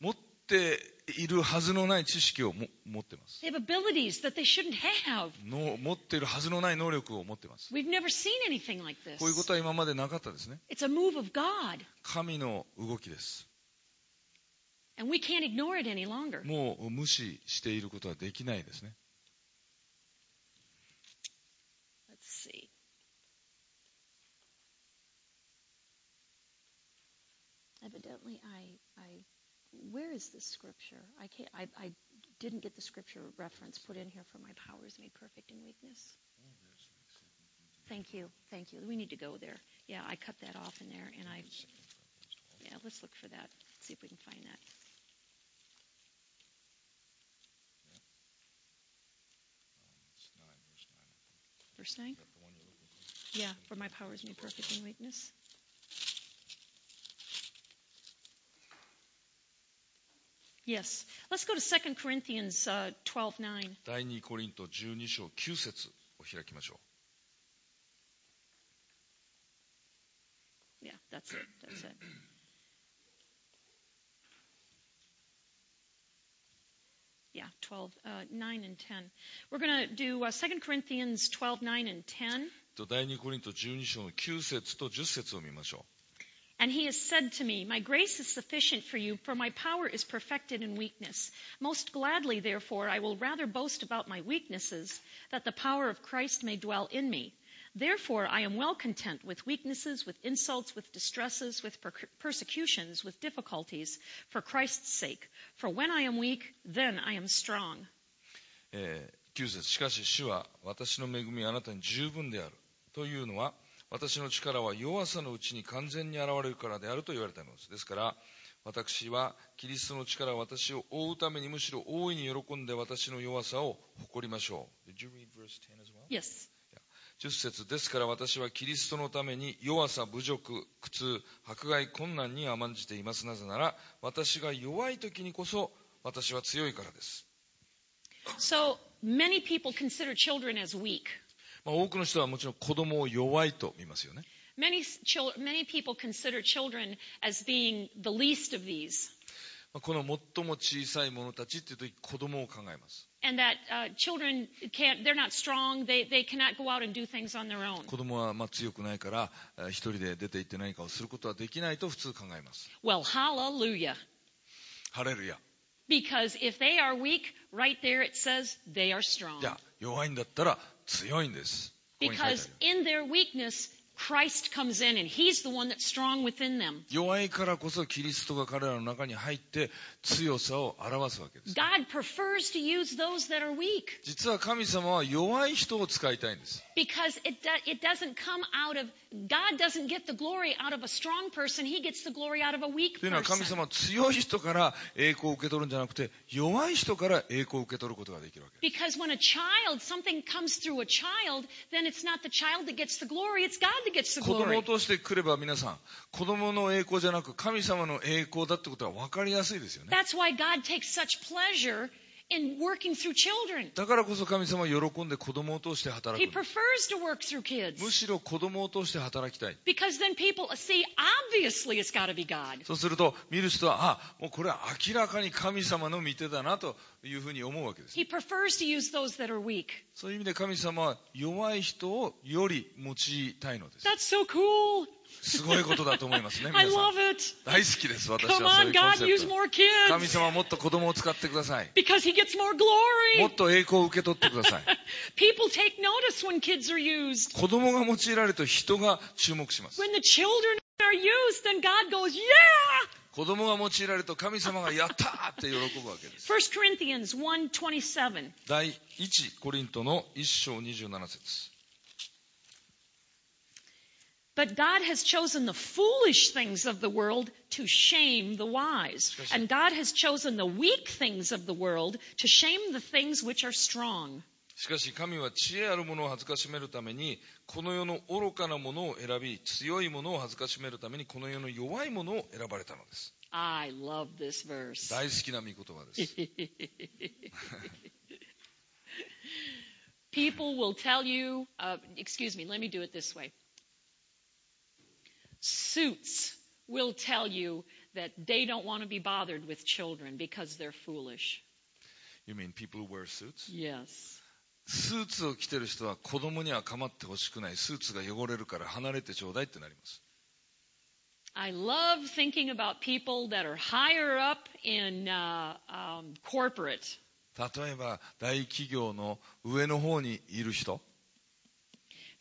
[SPEAKER 2] 持っているはずのない知識をも持ってます
[SPEAKER 1] They have abilities that they shouldn't have.
[SPEAKER 2] の持っているはずのない能力を持ってます
[SPEAKER 1] We've never seen anything like
[SPEAKER 2] こういうこ
[SPEAKER 1] this.
[SPEAKER 2] とは今までなかったですね
[SPEAKER 1] It's a move of God,
[SPEAKER 2] 神の動きです
[SPEAKER 1] and we can't ignore it any longer.
[SPEAKER 2] もう無視していることはできないですね
[SPEAKER 1] Let's see. Evidently, I, I, where is this scripture? I can't. I, I didn't get the scripture reference put in here for my powers made perfect in weakness. Thank you, thank you. We need to go there. Yeah, I cut that off in there, and I. Yeah, let's look for that. See if we can find that. Verse nine. Yeah, for my powers made perfect in weakness. Yes. Let's go to 2 Corinthians uh, 12 9.
[SPEAKER 2] 第2コリント12章9節を開きましょう
[SPEAKER 1] Yeah, that's it. That's it. Yeah, 12, uh, 9 and 10. We're going to do uh, 2 Corinthians 12, 9 and 10.
[SPEAKER 2] と第2コリント12章の9節と10節を見ましょ
[SPEAKER 1] And he has said to me, My grace is sufficient for you, for my power is perfected in weakness. Most gladly, therefore, I will rather boast about my weaknesses, that the power of Christ may dwell in me. Therefore, I am well content with weaknesses, with insults, with distresses, with per- persecutions, with difficulties, for Christ's sake. For when I am weak, then I am strong.
[SPEAKER 2] う、えー9節しかし主は私の恵みはあなたに十分であるというのは私の力は弱さのうちに完全に現れるからであると言われたのですですから私はキリストの力は私を覆うためにむしろ大いに喜んで私の弱さを誇りましょう Did you read verse 10 as well?
[SPEAKER 1] Yes.
[SPEAKER 2] 10節ですから私はキリストのために弱さ、侮辱、苦痛、迫害、困難に甘んじています。なぜなら、私が弱い時にこそ、私は強いからです。
[SPEAKER 1] So many people consider children as weak.
[SPEAKER 2] まあ、多くの人はもちろん子供を弱いと見ますよね。
[SPEAKER 1] Many, chil- many people consider children as being the least of these,
[SPEAKER 2] まあ、この最も小さい者たちっていう時、子供を考えます。
[SPEAKER 1] and that uh, children can't, they're not strong, they, they cannot go out and do things on their own.
[SPEAKER 2] 子供はまあ強くないから、えー一人で出て行って何かをすることはできないと普通考えます。
[SPEAKER 1] Well, hallelujah.
[SPEAKER 2] ハレルヤ。
[SPEAKER 1] Because if they are weak, right there it says they are strong.
[SPEAKER 2] じゃあ、弱いんだったら強いんです。ここに書いてあ
[SPEAKER 1] Because
[SPEAKER 2] る
[SPEAKER 1] in their weakness, Christ comes in and he's the one that's strong within them.
[SPEAKER 2] 弱いからこそキリストが彼らの中に入って強さを表すわけです。
[SPEAKER 1] God prefers to use those that are weak
[SPEAKER 2] 実は神様は弱い人を使いたいんです。
[SPEAKER 1] because it, do- it doesn't come out of, God doesn't get the glory out of a strong person, he gets the glory out of a weak
[SPEAKER 2] というのは神
[SPEAKER 1] person.
[SPEAKER 2] 様は強い人から栄光を受け取るんじゃなくて弱い人から栄光を受け取ることができるわけで
[SPEAKER 1] Because when a child, something comes through a child, then it's not the child that gets the glory, it's God that gets the
[SPEAKER 2] す。子供を
[SPEAKER 1] glory.
[SPEAKER 2] 通してくれば皆さん子供の栄光じゃなく神様の栄光だってことは分かりやすいですよね。
[SPEAKER 1] That's why God takes such pleasure in working through children.
[SPEAKER 2] だからこそ神様は喜んで子供を通して
[SPEAKER 1] He
[SPEAKER 2] 働く。
[SPEAKER 1] prefers to work through
[SPEAKER 2] む
[SPEAKER 1] kids
[SPEAKER 2] しろ子供を通して働きたい。
[SPEAKER 1] because then people see obviously it's got to be God.
[SPEAKER 2] そうすると見る人はあもうこれは明らかに神様の見手だなというふうに思うわけです。
[SPEAKER 1] He prefers to use those that are weak.
[SPEAKER 2] そういう意味で神様は弱い人をより用いたいのです。
[SPEAKER 1] That's so cool.
[SPEAKER 2] すごいことだと思い ますね、
[SPEAKER 1] I
[SPEAKER 2] 皆さん。
[SPEAKER 1] love it.
[SPEAKER 2] 大好きです、私
[SPEAKER 1] Come
[SPEAKER 2] はそう
[SPEAKER 1] on,
[SPEAKER 2] いうコン
[SPEAKER 1] God,
[SPEAKER 2] セ
[SPEAKER 1] use
[SPEAKER 2] プト。
[SPEAKER 1] more
[SPEAKER 2] 神
[SPEAKER 1] kids
[SPEAKER 2] 様はもっと子供を使ってください。
[SPEAKER 1] because He gets more
[SPEAKER 2] もっ
[SPEAKER 1] glory.
[SPEAKER 2] と栄光を受け取ってください。
[SPEAKER 1] People take notice when kids are used.
[SPEAKER 2] 子供が用いられると人が注目します。
[SPEAKER 1] When the children are used, then God goes, Yeah!
[SPEAKER 2] 子供が用いられると神様がやったーって喜ぶわけです。
[SPEAKER 1] 1 Corinthians 1 27.
[SPEAKER 2] 第1コリントの1章27節
[SPEAKER 1] But God has chosen the foolish things of the world to shame the wise.
[SPEAKER 2] Discussion.
[SPEAKER 1] And God has chosen the weak things of the world to shame the things which are strong.
[SPEAKER 2] しかし神は知恵ある者を恥ずかしめるためにこの世の愚かな者を選び強い者を恥ずかしめるためにこの世の弱い者を選ばれたのです
[SPEAKER 1] I love this verse.
[SPEAKER 2] 大好きな御言葉です
[SPEAKER 1] People will tell you, uh, excuse me, let me do it this way. Suits will tell you that they don't want to be bothered with children because they're foolish.
[SPEAKER 2] You mean people who wear suits?
[SPEAKER 1] Yes.
[SPEAKER 2] スーツを着てる人は子供には構ってほしくないスーツが汚れるから離れてちょうだいってなります
[SPEAKER 1] I love thinking about people that are higher up in uh, um, corporate.
[SPEAKER 2] 例えば大企業の上の方にいる人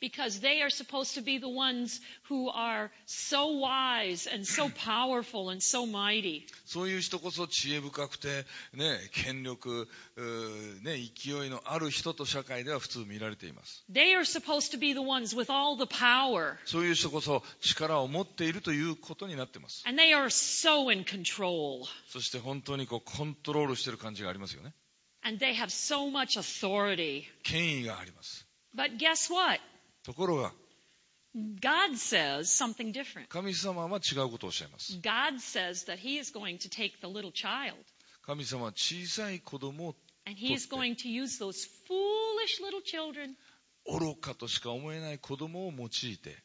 [SPEAKER 1] Because they are supposed to be the ones who are so wise and so powerful and so mighty.
[SPEAKER 2] そういう人こそ知恵深くて、ね、権力、うーね、勢いのある人と社会では普通見られています
[SPEAKER 1] They are supposed to be the ones with all the power.
[SPEAKER 2] そういう人こそ力を持っているということになってます
[SPEAKER 1] And they are so in control.
[SPEAKER 2] そして本当にこうコントロールしてる感じがありますよね
[SPEAKER 1] And they have so much authority.
[SPEAKER 2] 権威があります
[SPEAKER 1] But guess what?
[SPEAKER 2] ところが
[SPEAKER 1] God says something different.
[SPEAKER 2] 神様は違うことをおっしゃいます
[SPEAKER 1] God says that He is going to take the little child
[SPEAKER 2] 神様は小さい子供を
[SPEAKER 1] and He is
[SPEAKER 2] Correct.
[SPEAKER 1] going to use those foolish little children
[SPEAKER 2] 愚かとしか思えない子供を用いて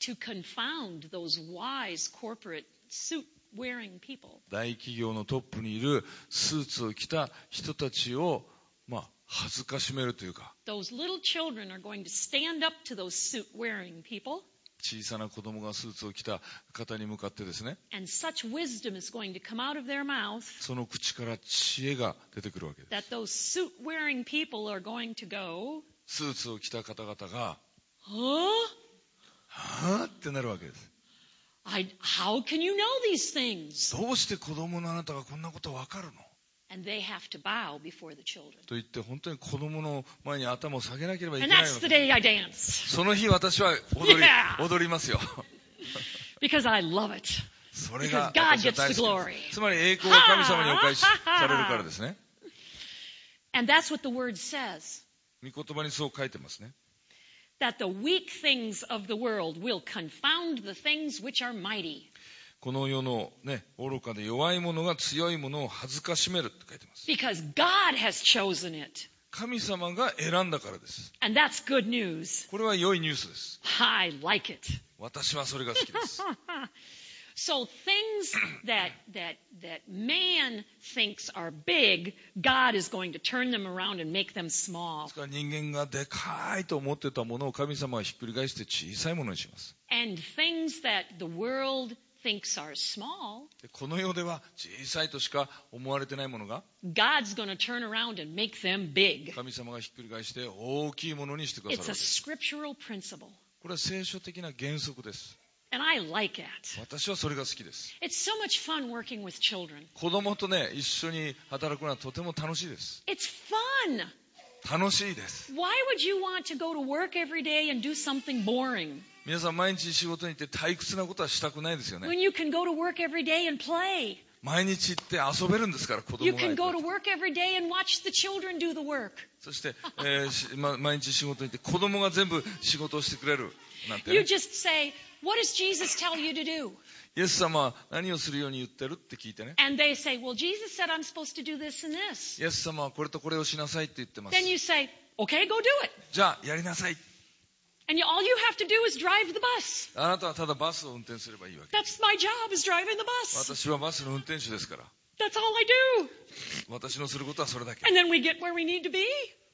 [SPEAKER 1] to confound those wise corporate suit wearing people.
[SPEAKER 2] 大企業のトップにいるスーツを着た人たちを、まあ、恥ずかしめるというか
[SPEAKER 1] Those little children are going to stand up to those suit wearing people,
[SPEAKER 2] 小さな子供がスーツを着た方に向かってですね
[SPEAKER 1] and such wisdom is going to come out of their mouth
[SPEAKER 2] その口から知恵が出てくるわけで
[SPEAKER 1] that those suit wearing people are going to go,
[SPEAKER 2] すスーツを着た方々が
[SPEAKER 1] Huh?
[SPEAKER 2] はぁってなるわけです
[SPEAKER 1] I, how can you know these things?
[SPEAKER 2] どうして子供のあなたがこんなことわかるの
[SPEAKER 1] And they have to bow before the children.
[SPEAKER 2] と言って本当に子供の前に頭を下げなければいけ
[SPEAKER 1] And
[SPEAKER 2] ないわけ
[SPEAKER 1] that's the
[SPEAKER 2] です
[SPEAKER 1] day I dance
[SPEAKER 2] その日私は踊り
[SPEAKER 1] Yeah.
[SPEAKER 2] 踊りますよ
[SPEAKER 1] because I love it.
[SPEAKER 2] それ
[SPEAKER 1] Because
[SPEAKER 2] が
[SPEAKER 1] God
[SPEAKER 2] 私は大
[SPEAKER 1] gets the
[SPEAKER 2] 好
[SPEAKER 1] glory.
[SPEAKER 2] きですつまり栄光が神様にお返しされるからですね
[SPEAKER 1] And that's what the word says
[SPEAKER 2] 御言葉にそう書いてますね
[SPEAKER 1] that the weak things of the world will confound the things which are mighty
[SPEAKER 2] この世のね愚かで弱い者が強い者を恥ずかしめるって書いてます
[SPEAKER 1] because God has chosen it.
[SPEAKER 2] 神様が選んだからです
[SPEAKER 1] And that's good news.
[SPEAKER 2] これは良いニュースです
[SPEAKER 1] I like it.
[SPEAKER 2] 私はそれが好きです
[SPEAKER 1] So things that that that man thinks are big, God is going to turn them around and make them small.
[SPEAKER 2] ですから人間がでかいと思ってたものを神様はひっくり返して小さいものにします
[SPEAKER 1] And things that the world thinks are small,
[SPEAKER 2] でこの世では小さいとしか思われてないものが
[SPEAKER 1] God's going to turn around and make them big.
[SPEAKER 2] 神様がひっくり返して大きいものにしてくださるわけ
[SPEAKER 1] It's
[SPEAKER 2] で
[SPEAKER 1] a
[SPEAKER 2] す
[SPEAKER 1] scriptural principle.
[SPEAKER 2] ここれは聖書的な原則です。
[SPEAKER 1] And I like it.
[SPEAKER 2] 私はそれが好きです。
[SPEAKER 1] It's so much fun working with children.
[SPEAKER 2] 子供とね、一緒に働くのはとても楽しいです。
[SPEAKER 1] It's fun.
[SPEAKER 2] 楽しいです。
[SPEAKER 1] Why would you want to go to work every day and do something boring
[SPEAKER 2] 皆さん毎日仕事に行って退屈なことはしたくないですよね。
[SPEAKER 1] when you can go to work every day and play?
[SPEAKER 2] 毎日行って遊べるんですから、子供
[SPEAKER 1] You
[SPEAKER 2] がい
[SPEAKER 1] can
[SPEAKER 2] る
[SPEAKER 1] go to work every day and watch the children do the work.
[SPEAKER 2] そして、えーしま毎日仕事に行って子供が全部仕事をしてくれるなんて、
[SPEAKER 1] You
[SPEAKER 2] ね、
[SPEAKER 1] just say, What does Jesus tell you to do?
[SPEAKER 2] イエス様は何をするように言ってるって聞いてね
[SPEAKER 1] And they say, Well, Jesus said I'm supposed to do this and this.
[SPEAKER 2] イエス様はこれとこれをしなさいって言ってます
[SPEAKER 1] Then you say, Okay, go do it.
[SPEAKER 2] じゃあやりなさい
[SPEAKER 1] And you, all you have to do is drive the bus.
[SPEAKER 2] あなたはただバスを運転すればいいわけ
[SPEAKER 1] That's my job is driving the bus.
[SPEAKER 2] 私はバスの運転手ですから
[SPEAKER 1] That's all I do.
[SPEAKER 2] 私のすることはそれだけ
[SPEAKER 1] And then we get where we need to be.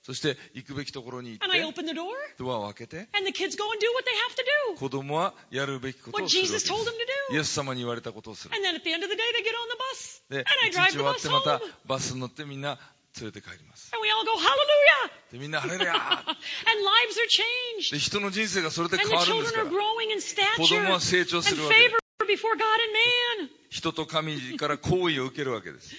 [SPEAKER 2] そして行くべきところに行
[SPEAKER 1] And I
[SPEAKER 2] って
[SPEAKER 1] open the door.
[SPEAKER 2] ドアを開けて
[SPEAKER 1] And the kids go and do what they have to do.
[SPEAKER 2] 子供はやるべきこと
[SPEAKER 1] What
[SPEAKER 2] をするわけで
[SPEAKER 1] Jesus
[SPEAKER 2] す
[SPEAKER 1] told them to do.
[SPEAKER 2] イエス様に言われたことをする
[SPEAKER 1] And then at the end of the day, they get on the bus.
[SPEAKER 2] で
[SPEAKER 1] And I drive
[SPEAKER 2] 一日
[SPEAKER 1] the
[SPEAKER 2] 終わっ
[SPEAKER 1] bus
[SPEAKER 2] てま
[SPEAKER 1] home.
[SPEAKER 2] たバスに乗ってみんな連れて帰ります
[SPEAKER 1] And we all go, Hallelujah!
[SPEAKER 2] でみんな晴れりゃー
[SPEAKER 1] and lives are changed.
[SPEAKER 2] で人の人生がそれで
[SPEAKER 1] And
[SPEAKER 2] 変
[SPEAKER 1] the
[SPEAKER 2] わるんで
[SPEAKER 1] children
[SPEAKER 2] すか
[SPEAKER 1] are
[SPEAKER 2] ら
[SPEAKER 1] growing in stature
[SPEAKER 2] 子供は
[SPEAKER 1] and
[SPEAKER 2] 成長するわけです。
[SPEAKER 1] favor before God and man.
[SPEAKER 2] 人と神から好意を受けるわけです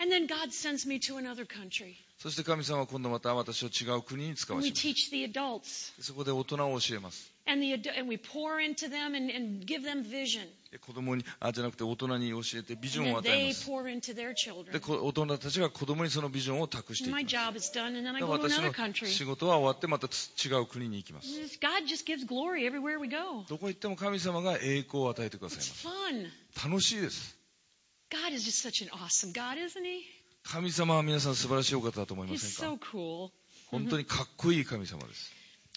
[SPEAKER 1] And then God sends me to another country.
[SPEAKER 2] そして神様は今度また私を違う国に使
[SPEAKER 1] And
[SPEAKER 2] わ
[SPEAKER 1] we
[SPEAKER 2] します
[SPEAKER 1] teach the adults
[SPEAKER 2] そこで大人を教えます
[SPEAKER 1] and, the, ad- and we pour into them and, and give them vision.
[SPEAKER 2] で子供にあじゃなくて大人に教えてビジョ
[SPEAKER 1] And
[SPEAKER 2] ンを
[SPEAKER 1] then
[SPEAKER 2] 与えま
[SPEAKER 1] they
[SPEAKER 2] す
[SPEAKER 1] pour into their
[SPEAKER 2] で
[SPEAKER 1] children.
[SPEAKER 2] こ大人たちが子供にそのビジョンを託して
[SPEAKER 1] And
[SPEAKER 2] いきま
[SPEAKER 1] my
[SPEAKER 2] す
[SPEAKER 1] job is done, and then I
[SPEAKER 2] で
[SPEAKER 1] go to
[SPEAKER 2] 私
[SPEAKER 1] another
[SPEAKER 2] の
[SPEAKER 1] country.
[SPEAKER 2] 仕事は終わってまたつ違う国に行きます
[SPEAKER 1] Just- God just gives glory everywhere we go.
[SPEAKER 2] どこ行っても神様が栄光を与えてください
[SPEAKER 1] It's
[SPEAKER 2] ます
[SPEAKER 1] fun.
[SPEAKER 2] 楽しいです
[SPEAKER 1] God is just such an awesome God, isn't He?
[SPEAKER 2] 神様は皆さん素晴らしいお方だと思いま
[SPEAKER 1] He's
[SPEAKER 2] せんか
[SPEAKER 1] so cool.
[SPEAKER 2] 本当にかっこいい神様です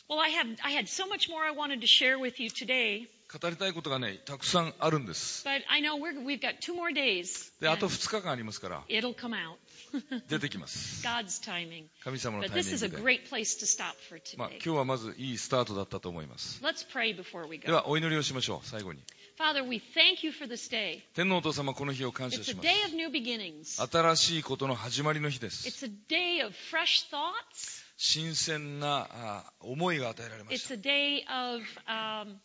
[SPEAKER 1] Well, I have I had so much more I wanted to share with you today,
[SPEAKER 2] 語りたいことがねたくさんあるんです
[SPEAKER 1] but I know we're, we've got two more days.
[SPEAKER 2] であと
[SPEAKER 1] and
[SPEAKER 2] 2日間ありますから
[SPEAKER 1] it'll come out.
[SPEAKER 2] 出てきます
[SPEAKER 1] God's timing.
[SPEAKER 2] 神様の
[SPEAKER 1] But
[SPEAKER 2] タイ
[SPEAKER 1] this
[SPEAKER 2] ミン
[SPEAKER 1] is a
[SPEAKER 2] グで、
[SPEAKER 1] great place to stop for
[SPEAKER 2] まあ、今
[SPEAKER 1] today.
[SPEAKER 2] 日はまずいいスタートだったと思います
[SPEAKER 1] Let's pray before we
[SPEAKER 2] で
[SPEAKER 1] go.
[SPEAKER 2] はお祈りをしましょう最後に
[SPEAKER 1] Father, we thank you for this day.
[SPEAKER 2] 天皇お父様この日を感謝
[SPEAKER 1] It's a
[SPEAKER 2] しま
[SPEAKER 1] day
[SPEAKER 2] す
[SPEAKER 1] of new beginnings.
[SPEAKER 2] 新しいことの始まりの日で
[SPEAKER 1] It's
[SPEAKER 2] す
[SPEAKER 1] a day of fresh thoughts.
[SPEAKER 2] 新鮮なあ思いが与えられま
[SPEAKER 1] It's
[SPEAKER 2] し
[SPEAKER 1] a day of um,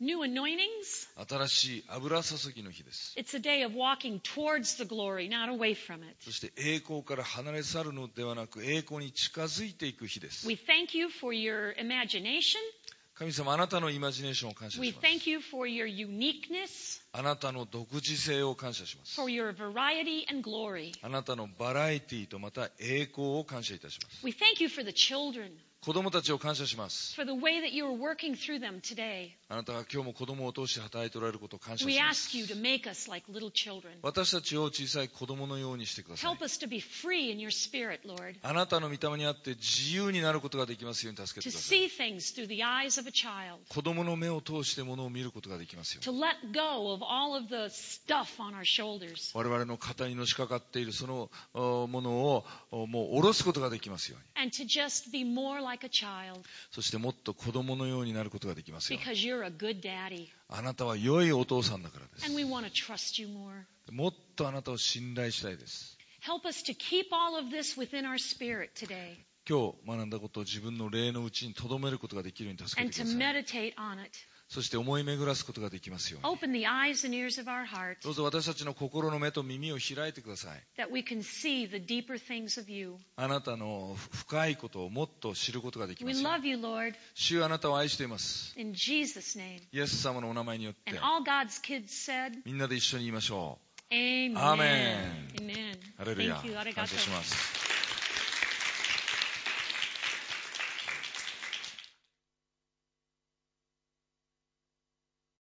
[SPEAKER 1] new anointings.
[SPEAKER 2] た新しい油注ぎの日です
[SPEAKER 1] It's a day of walking towards the glory, not away from it.
[SPEAKER 2] そして栄光から離れ去るのではなく栄光に近づいていく日です
[SPEAKER 1] We thank you for your imagination.
[SPEAKER 2] 神様あなたのイマジネーションを感謝
[SPEAKER 1] We
[SPEAKER 2] します
[SPEAKER 1] thank you for your uniqueness,
[SPEAKER 2] あなたの独自性を感謝します
[SPEAKER 1] for your variety and glory.
[SPEAKER 2] あなたのバラエティとまた栄光を感謝いたします
[SPEAKER 1] We thank you for the children,
[SPEAKER 2] 子供たちを感謝します
[SPEAKER 1] for the way that you are working through them today.
[SPEAKER 2] あなたが今日も子供を通して働いておられることを感謝
[SPEAKER 1] We
[SPEAKER 2] します
[SPEAKER 1] ask you to make us like little children.
[SPEAKER 2] 私たちを小さい子供のようにしてください
[SPEAKER 1] Help us to be free in your spirit, Lord,
[SPEAKER 2] あなたの御霊にあって自由になることができますように助け
[SPEAKER 1] to
[SPEAKER 2] てください。
[SPEAKER 1] see things through the eyes of a child,
[SPEAKER 2] 子供の目を通してものを見ることができますよう
[SPEAKER 1] to
[SPEAKER 2] に。
[SPEAKER 1] let go of all of the stuff on our shoulders,
[SPEAKER 2] 我々の肩にのしかかっているそのおものをおもう下ろすことができますように。
[SPEAKER 1] and to just be more like a child
[SPEAKER 2] そしてもっと子供のようになることができますように。
[SPEAKER 1] because you're a good daddy.
[SPEAKER 2] あなたは良いお父さんだからで
[SPEAKER 1] And
[SPEAKER 2] す。
[SPEAKER 1] we want to trust you more.
[SPEAKER 2] もっとあなたを信頼したいです。
[SPEAKER 1] Help us to keep all of this within our spirit today.
[SPEAKER 2] 今日学んだことを自分の霊のうちに留めることができるように助け
[SPEAKER 1] and
[SPEAKER 2] て
[SPEAKER 1] to
[SPEAKER 2] ください。
[SPEAKER 1] meditate on it.
[SPEAKER 2] そして思い巡らすことができますように。
[SPEAKER 1] Open the eyes and ears of our heart
[SPEAKER 2] どうぞ私たちの心の目と耳を開いてください。
[SPEAKER 1] that we can see the deeper things of you.
[SPEAKER 2] あなたの深いことをもっと知ることができま
[SPEAKER 1] We
[SPEAKER 2] すように。
[SPEAKER 1] love you, Lord,
[SPEAKER 2] 主あなたを愛しています。
[SPEAKER 1] in Jesus' name.
[SPEAKER 2] イエス様のお名前によって、
[SPEAKER 1] And all God's kids said,
[SPEAKER 2] みんなで一緒に言いましょ
[SPEAKER 1] Amen.
[SPEAKER 2] Amen.
[SPEAKER 1] Amen.
[SPEAKER 2] う。ハレルヤ
[SPEAKER 1] Thank you.。
[SPEAKER 2] 感謝し
[SPEAKER 1] Arigato.
[SPEAKER 2] ます。